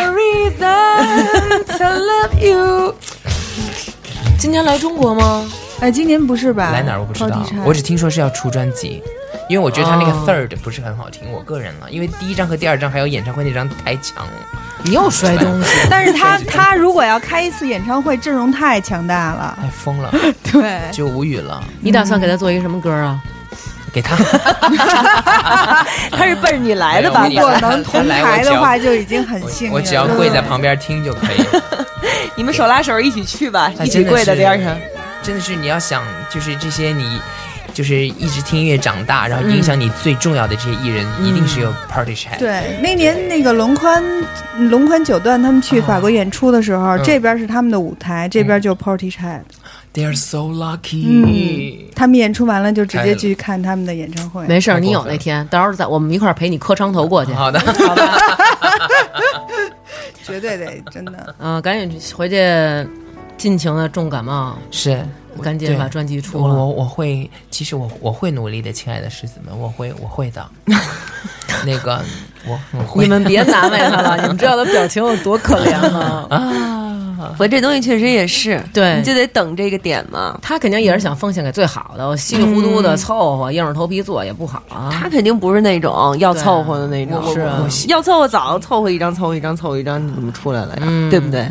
[SPEAKER 7] 今年来中国吗？
[SPEAKER 4] 哎，今年不是吧？
[SPEAKER 5] 来哪儿我不知道
[SPEAKER 4] Party，Time
[SPEAKER 5] 我只听说是要出专辑，因为我觉得他那个
[SPEAKER 7] 哦
[SPEAKER 5] third 不是很好听，我个人了，因为第一张和第二张还有演唱会那张太强了，
[SPEAKER 7] 你又摔东
[SPEAKER 5] *laughs*
[SPEAKER 7] 西，
[SPEAKER 4] 但是他他如果要开一次演唱会，阵容太强大了，
[SPEAKER 5] 太疯了，
[SPEAKER 4] 对，
[SPEAKER 5] 就无语了，
[SPEAKER 7] 你打算给他做一个什么歌啊？
[SPEAKER 5] 给他
[SPEAKER 6] 他是奔着你来的吧？
[SPEAKER 5] 没
[SPEAKER 4] 如
[SPEAKER 5] 有
[SPEAKER 4] 果能同台的话，就已经很幸运了。
[SPEAKER 5] 我只要跪在旁边听就可以了。
[SPEAKER 6] 你们手拉手一起去吧，
[SPEAKER 5] 他
[SPEAKER 6] 一起
[SPEAKER 5] 真的
[SPEAKER 6] 跪在
[SPEAKER 5] 是
[SPEAKER 6] 边上。
[SPEAKER 5] 真的是你要想，就是这些你。就是一直听音乐长大，然后影响你最重要的这些艺人，一定是有 party chat。
[SPEAKER 4] 对，那年那个龙宽
[SPEAKER 5] 哦嗯
[SPEAKER 4] 龙宽九段他们去法国演出的时候，这边是他们的舞台，这边就 Party Chat，
[SPEAKER 5] They are so lucky。
[SPEAKER 4] 他们演出完了就直接去看他们的演唱会。
[SPEAKER 7] 没事儿，
[SPEAKER 5] 哎太过分啊
[SPEAKER 7] 你有那天，到时候咱我们一块儿陪你磕长头过去。
[SPEAKER 5] 好的，
[SPEAKER 4] 绝对得真的。
[SPEAKER 7] *laughs* 嗯、赶紧回去，尽情的重感冒，
[SPEAKER 5] 是。
[SPEAKER 7] 赶紧
[SPEAKER 5] 对
[SPEAKER 7] 把专辑出
[SPEAKER 5] 我我
[SPEAKER 7] 了。
[SPEAKER 5] 我会，其实我我会努力的，亲爱的狮子们，我会我会
[SPEAKER 7] *laughs*
[SPEAKER 5] 的。那个我我会
[SPEAKER 7] 你们别难为他
[SPEAKER 5] *laughs*
[SPEAKER 7] 了，你们知道他表情有多可怜吗？
[SPEAKER 5] 啊，
[SPEAKER 6] 我这东西确实也是，
[SPEAKER 7] 对
[SPEAKER 6] 你就得等这个点嘛。
[SPEAKER 7] 他肯定也是想奉献给最好的，我稀里糊涂的凑合，硬着头皮做也不好啊。
[SPEAKER 6] 他肯定不是那种要
[SPEAKER 7] 对
[SPEAKER 6] 凑合的那种，
[SPEAKER 7] 我是啊我
[SPEAKER 6] 要凑合早凑合一张，凑合一张，凑合一张，你怎么出来了呀？
[SPEAKER 5] 嗯
[SPEAKER 6] 对不对？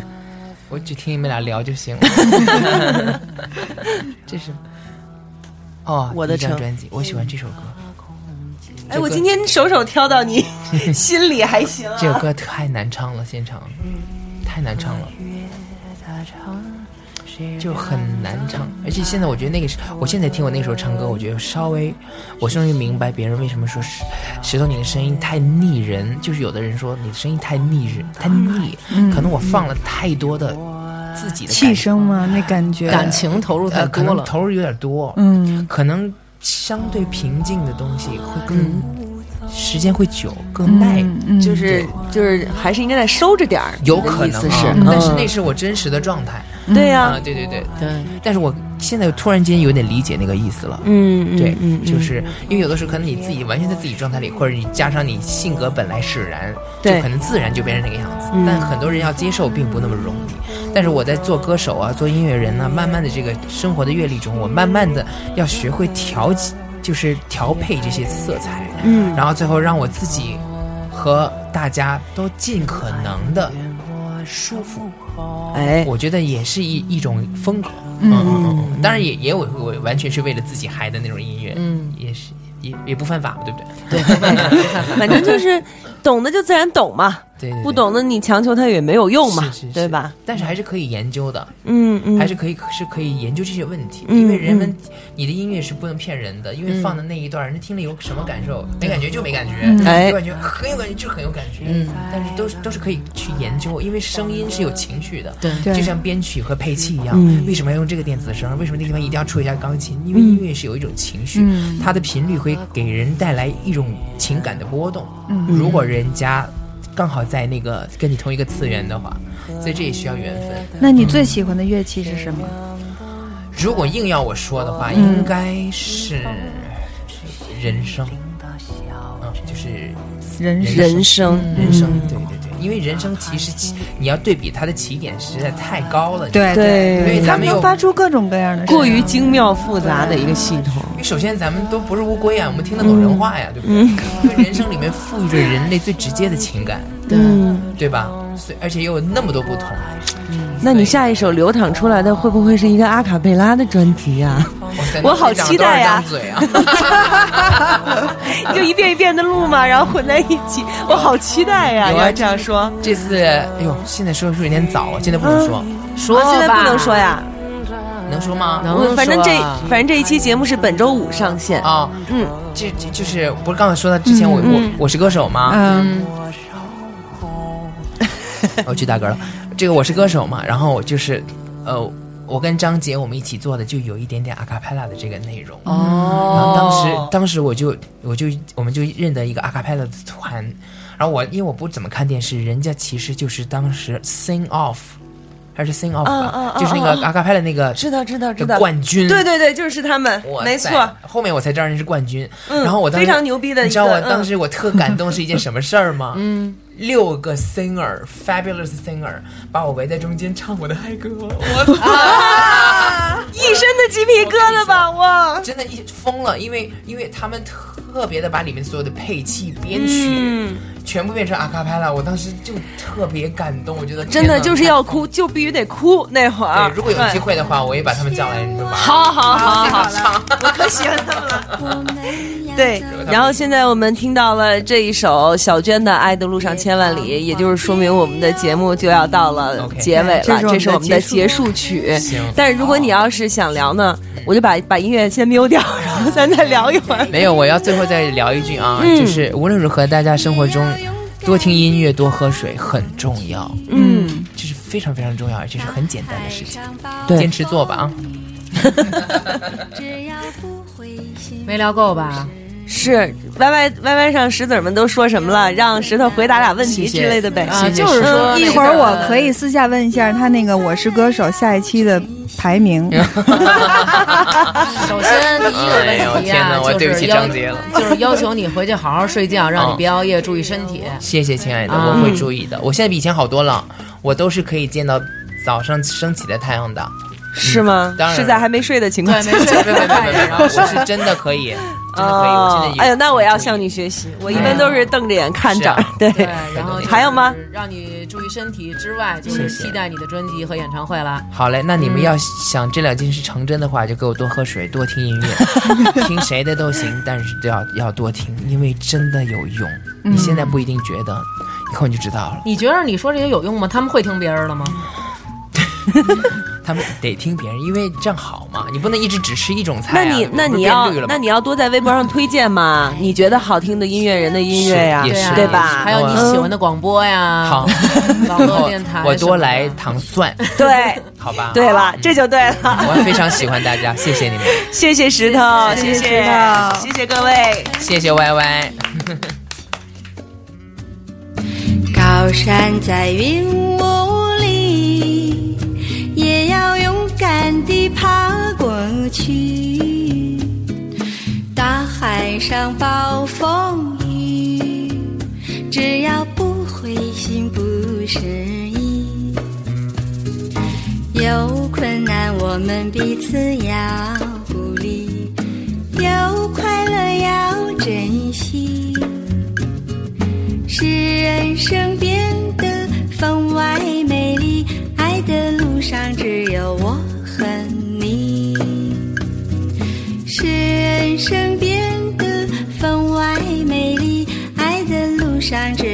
[SPEAKER 5] 我只听你们俩聊就行了。
[SPEAKER 7] *laughs*
[SPEAKER 5] 这是哦，
[SPEAKER 6] 我的
[SPEAKER 5] 一张
[SPEAKER 6] 城
[SPEAKER 5] 专辑，我喜
[SPEAKER 7] 嗯
[SPEAKER 5] 欢这首歌。
[SPEAKER 6] 哎，我今天首首挑到你 *laughs* 心里还行啊。
[SPEAKER 5] 这首歌太难唱了，现场太难唱了，就很难唱。而且现在我觉得那个是，我现在听我那时候唱歌，我觉得稍微，我终于明白别人为什么说石石头你的声音太腻人，就是有的人说你的声音太腻人，太腻，可能我放了太多的自己的
[SPEAKER 4] 气
[SPEAKER 5] 感受
[SPEAKER 4] 声嘛，那感觉
[SPEAKER 7] 感情投入太
[SPEAKER 5] 嗯呃，可
[SPEAKER 7] 多
[SPEAKER 5] 能
[SPEAKER 7] 了，
[SPEAKER 5] 投入有点多，
[SPEAKER 4] 嗯，
[SPEAKER 5] 可能相对平静的东西会更。时间会久，更耐
[SPEAKER 6] 就是就是还是应该再收着点儿，
[SPEAKER 5] 嗯有可能
[SPEAKER 6] 你的意思
[SPEAKER 5] 啊
[SPEAKER 6] 是，
[SPEAKER 5] 但是那
[SPEAKER 6] 嗯
[SPEAKER 5] 是我真实的状态
[SPEAKER 6] 对
[SPEAKER 5] 啊，
[SPEAKER 6] 呀，
[SPEAKER 5] 对对对。
[SPEAKER 7] 对，
[SPEAKER 5] 但是我现在突然间有点理解那个意思了，
[SPEAKER 6] 嗯，嗯
[SPEAKER 5] 对，
[SPEAKER 6] 嗯，
[SPEAKER 5] 就是因为有的时候可能你自己完全在自己状态里，或者你加上你性格本来使然，就
[SPEAKER 6] 对嗯
[SPEAKER 5] 可能自然就变成那个样子。但很多人要接受并不那么容易。但是我在做歌手啊，做音乐人呢、慢慢的这个生活的阅历中，我慢慢的要学会调节，就是调配这些色彩，嗯，然后最后让我自己和大家都尽可能的舒服。
[SPEAKER 6] 哎，
[SPEAKER 5] 我觉得也是一一种风格，嗯嗯嗯嗯，当然也也有我完全是为了自己嗨的那种音乐，嗯，也是也也不犯法嘛，对不对？
[SPEAKER 6] 反正就是懂的就自然懂嘛，
[SPEAKER 5] 对对对
[SPEAKER 6] 不懂的你强求他也没有用嘛
[SPEAKER 5] 是是，是
[SPEAKER 6] 对吧？？
[SPEAKER 5] 但是还是可以研究的，
[SPEAKER 6] 嗯嗯，
[SPEAKER 5] 还是可以是可以研究这些问题，
[SPEAKER 6] 嗯
[SPEAKER 5] 因为人们你的音乐是不能骗人的，因为放的那一段，人家听了有什么感受，没感觉就没感觉，
[SPEAKER 6] 嗯哎
[SPEAKER 5] 有感觉很有感觉就是很有感觉，嗯，但是都是都是可以去研究，因为声音是有情绪的，
[SPEAKER 7] 对
[SPEAKER 4] 对
[SPEAKER 5] 就像编曲和配器一样，为什么要用这个电子声？为什么那个地方一定要触一下钢琴？因为音乐是有一种情绪，它的频率会给人带来一种情感的波动，如果人家刚好在那个跟你同一个次元的话，所以这也需要缘分。
[SPEAKER 4] 那你最喜欢的乐器是什么？
[SPEAKER 5] 如果硬要我说的话，应该是人生，嗯，就是
[SPEAKER 4] 人声
[SPEAKER 6] 人生，
[SPEAKER 5] 人生，对对对，因为人生其实起你要对比它的起点实在太高了，
[SPEAKER 4] 对
[SPEAKER 6] 对
[SPEAKER 5] 因为
[SPEAKER 4] 他
[SPEAKER 5] 咱
[SPEAKER 4] 们
[SPEAKER 5] 们有
[SPEAKER 4] 能。发出各种各样的声音，
[SPEAKER 6] 过于精妙复杂的一个系统，
[SPEAKER 5] 因为首先，咱们都不是乌龟啊，我们听得懂人话呀，对不
[SPEAKER 6] 嗯
[SPEAKER 5] 对？因为人生里面赋予着人类最直接的情感，对
[SPEAKER 6] 嗯
[SPEAKER 5] 对吧？所以而且又有那么多不同，
[SPEAKER 6] 那你下一首流淌出来的会不会是一个阿卡贝拉的专辑啊？ *laughs*
[SPEAKER 5] 哇塞
[SPEAKER 6] 我好
[SPEAKER 5] 你长
[SPEAKER 6] 期待呀
[SPEAKER 5] 多少张嘴啊！
[SPEAKER 6] 你就一遍一遍的录嘛，然后混在一起，我好期待呀！
[SPEAKER 5] 有
[SPEAKER 6] 你
[SPEAKER 5] 啊
[SPEAKER 6] 要这样说，
[SPEAKER 5] 这次，哎呦，现在说说有点早，啊现在不能说，
[SPEAKER 7] 说吧、
[SPEAKER 6] 啊现在不能说，呀。
[SPEAKER 5] 能说吗？
[SPEAKER 7] 能
[SPEAKER 6] 我
[SPEAKER 7] 说
[SPEAKER 6] 嗯反正这
[SPEAKER 7] 啊
[SPEAKER 6] 反正这一期节目是本周五上线，
[SPEAKER 5] 啊，嗯，这这就是不是刚才说到之前我
[SPEAKER 6] 嗯
[SPEAKER 5] 我我是歌手吗？
[SPEAKER 4] 嗯，
[SPEAKER 5] *laughs* 我去打嗝了。这个我是歌手嘛，然后我就是，呃，我跟张杰我们一起做的就有一点点阿卡贝拉的这个内容。
[SPEAKER 6] 哦
[SPEAKER 5] 然后当时当时我就我就我们就认得一个阿卡贝拉的团，然后我因为我不怎么看电视，人家其实就是当时 sing off。还是 sing off 吧，
[SPEAKER 6] 嗯嗯嗯
[SPEAKER 5] 就是那个阿卡贝拉那个
[SPEAKER 6] 知道知道知
[SPEAKER 5] 的
[SPEAKER 6] 道，
[SPEAKER 5] 冠军，
[SPEAKER 6] 对对对，就是他们
[SPEAKER 5] 哇，
[SPEAKER 6] 没
[SPEAKER 5] 塞
[SPEAKER 6] 错，。
[SPEAKER 5] 后面我才知道人是冠军，
[SPEAKER 6] 嗯
[SPEAKER 5] 然后我当时
[SPEAKER 6] 非常牛逼的一个
[SPEAKER 5] 你知道我
[SPEAKER 6] 嗯
[SPEAKER 5] 当时我特感动是一件什么事
[SPEAKER 6] *laughs*
[SPEAKER 5] 儿吗？嗯，六个 singer fabulous singer 把我围在中间唱我的嗨歌，我
[SPEAKER 6] 啊一身的鸡皮疙瘩吧，哇！
[SPEAKER 5] 真的一疯了，因为因为他们特别的把里面所有的配器编曲。
[SPEAKER 6] 嗯
[SPEAKER 5] 全部变成阿卡贝拉，我当时就特别感动，我觉得
[SPEAKER 6] 真的
[SPEAKER 5] 天哪
[SPEAKER 6] 就是要哭，就必须得哭那会
[SPEAKER 5] 对
[SPEAKER 6] 儿。，
[SPEAKER 5] 如果有机会的话，我也把他们叫来，你们玩。好，
[SPEAKER 6] 好好好好好，我可喜欢他们了。对，然后现在我们听到了这一首小娟的《爱的路上千万里》，也就是说明我们的节目就要到了
[SPEAKER 5] OK
[SPEAKER 6] 结尾了，
[SPEAKER 4] 这
[SPEAKER 6] 这
[SPEAKER 4] 是
[SPEAKER 6] 是
[SPEAKER 4] 我
[SPEAKER 6] 我们
[SPEAKER 4] 们的
[SPEAKER 6] 的
[SPEAKER 4] 结
[SPEAKER 6] 结束曲
[SPEAKER 5] 行。
[SPEAKER 6] 但是如果你要是想聊呢，我就把把音乐先 mute 掉，然后咱再聊一会儿。
[SPEAKER 5] 没有，我要最后再聊一句啊，
[SPEAKER 6] 嗯
[SPEAKER 5] 就是无论如何，大家生活中多听音乐、多喝水很重要，
[SPEAKER 6] 嗯，
[SPEAKER 5] 这是非常非常重要，而且是很简单的事情，
[SPEAKER 6] 对 *laughs*
[SPEAKER 5] 坚持做吧啊！ *laughs*
[SPEAKER 7] 没聊够吧？
[SPEAKER 6] 是 Y Y Y Y 上石子儿们都说什么了？让石头回答俩问题之类的呗。
[SPEAKER 7] 啊，就是
[SPEAKER 6] 嗯
[SPEAKER 7] 说
[SPEAKER 4] 一会儿我可以私下问一下他那个《我是歌手》下一期的排名。
[SPEAKER 7] *laughs* 首先第一
[SPEAKER 5] 哎
[SPEAKER 7] 个
[SPEAKER 5] 呦
[SPEAKER 7] 问题
[SPEAKER 5] 天
[SPEAKER 7] 啊，
[SPEAKER 5] 哪我
[SPEAKER 7] 就
[SPEAKER 5] 对不
[SPEAKER 7] 是
[SPEAKER 5] 起
[SPEAKER 7] 要
[SPEAKER 5] 张杰了哦
[SPEAKER 7] 就是要求你回去好好睡觉，让你别熬夜，注意身体。
[SPEAKER 5] 谢谢亲爱的，
[SPEAKER 7] 啊
[SPEAKER 5] 我会注意的。我现在比以前好多了，我都是可以见到早上升起的太阳的。
[SPEAKER 6] 是吗
[SPEAKER 5] 嗯当？然
[SPEAKER 6] 是在还没睡的
[SPEAKER 5] *laughs*
[SPEAKER 6] 情
[SPEAKER 7] 对
[SPEAKER 6] 况，下。
[SPEAKER 7] 没睡
[SPEAKER 5] 对对对对对，我是真的可以，真的可以。我现在嗯
[SPEAKER 6] 哎呦，那我要向你学习。我一般都是瞪着眼看这儿
[SPEAKER 5] 是啊，
[SPEAKER 6] 对，
[SPEAKER 7] 对，然后就是
[SPEAKER 6] 还有吗？
[SPEAKER 7] 让你注意身体之外，就
[SPEAKER 5] 谢
[SPEAKER 7] 是
[SPEAKER 5] 谢
[SPEAKER 7] 期待你的专辑和演唱会了。
[SPEAKER 5] 好嘞，那你
[SPEAKER 6] 嗯
[SPEAKER 5] 们要想这两件事成真的话，就给我多喝水，多听音
[SPEAKER 6] *laughs*
[SPEAKER 5] 乐，听谁的都行，但是都要要多听，因为真的有用。
[SPEAKER 6] 嗯
[SPEAKER 5] 你现在不一定觉得，以后你就知道了。
[SPEAKER 7] 你觉得你说这些有用吗？他们会听别人的吗？
[SPEAKER 5] 他们得听别人，因为这样好嘛，你不能一直只吃一种
[SPEAKER 6] 那
[SPEAKER 5] 菜、啊。
[SPEAKER 6] 你
[SPEAKER 5] 不是
[SPEAKER 6] 那你
[SPEAKER 5] 变
[SPEAKER 6] 要
[SPEAKER 5] 绿了吗
[SPEAKER 6] 那你要多在微博上推荐嘛，你觉得好听的音乐人的音乐呀
[SPEAKER 5] 是也，是
[SPEAKER 7] 啊
[SPEAKER 6] 对
[SPEAKER 5] 也
[SPEAKER 6] 吧？
[SPEAKER 5] 是
[SPEAKER 7] 还有你喜欢的广播呀，
[SPEAKER 6] *laughs*
[SPEAKER 5] 好，
[SPEAKER 7] 网
[SPEAKER 5] 然
[SPEAKER 7] 络
[SPEAKER 5] 后
[SPEAKER 7] 电台，
[SPEAKER 5] 我多来。糖蒜，
[SPEAKER 6] 对
[SPEAKER 5] 好吧？
[SPEAKER 6] 对了，这就对了。
[SPEAKER 5] 我非常喜欢大家，谢谢你们，
[SPEAKER 6] 谢谢石头，谢谢谢谢各位。
[SPEAKER 5] 谢谢 Y Y。
[SPEAKER 10] 高山在云雾里，也要勇敢地爬过去。大海上暴风雨，只要不灰心不失意。有困难我们彼此要鼓励，有快乐要珍惜。使人生变得分外美丽。爱的路上只有我和你，使人生变得分外美丽。爱的路上只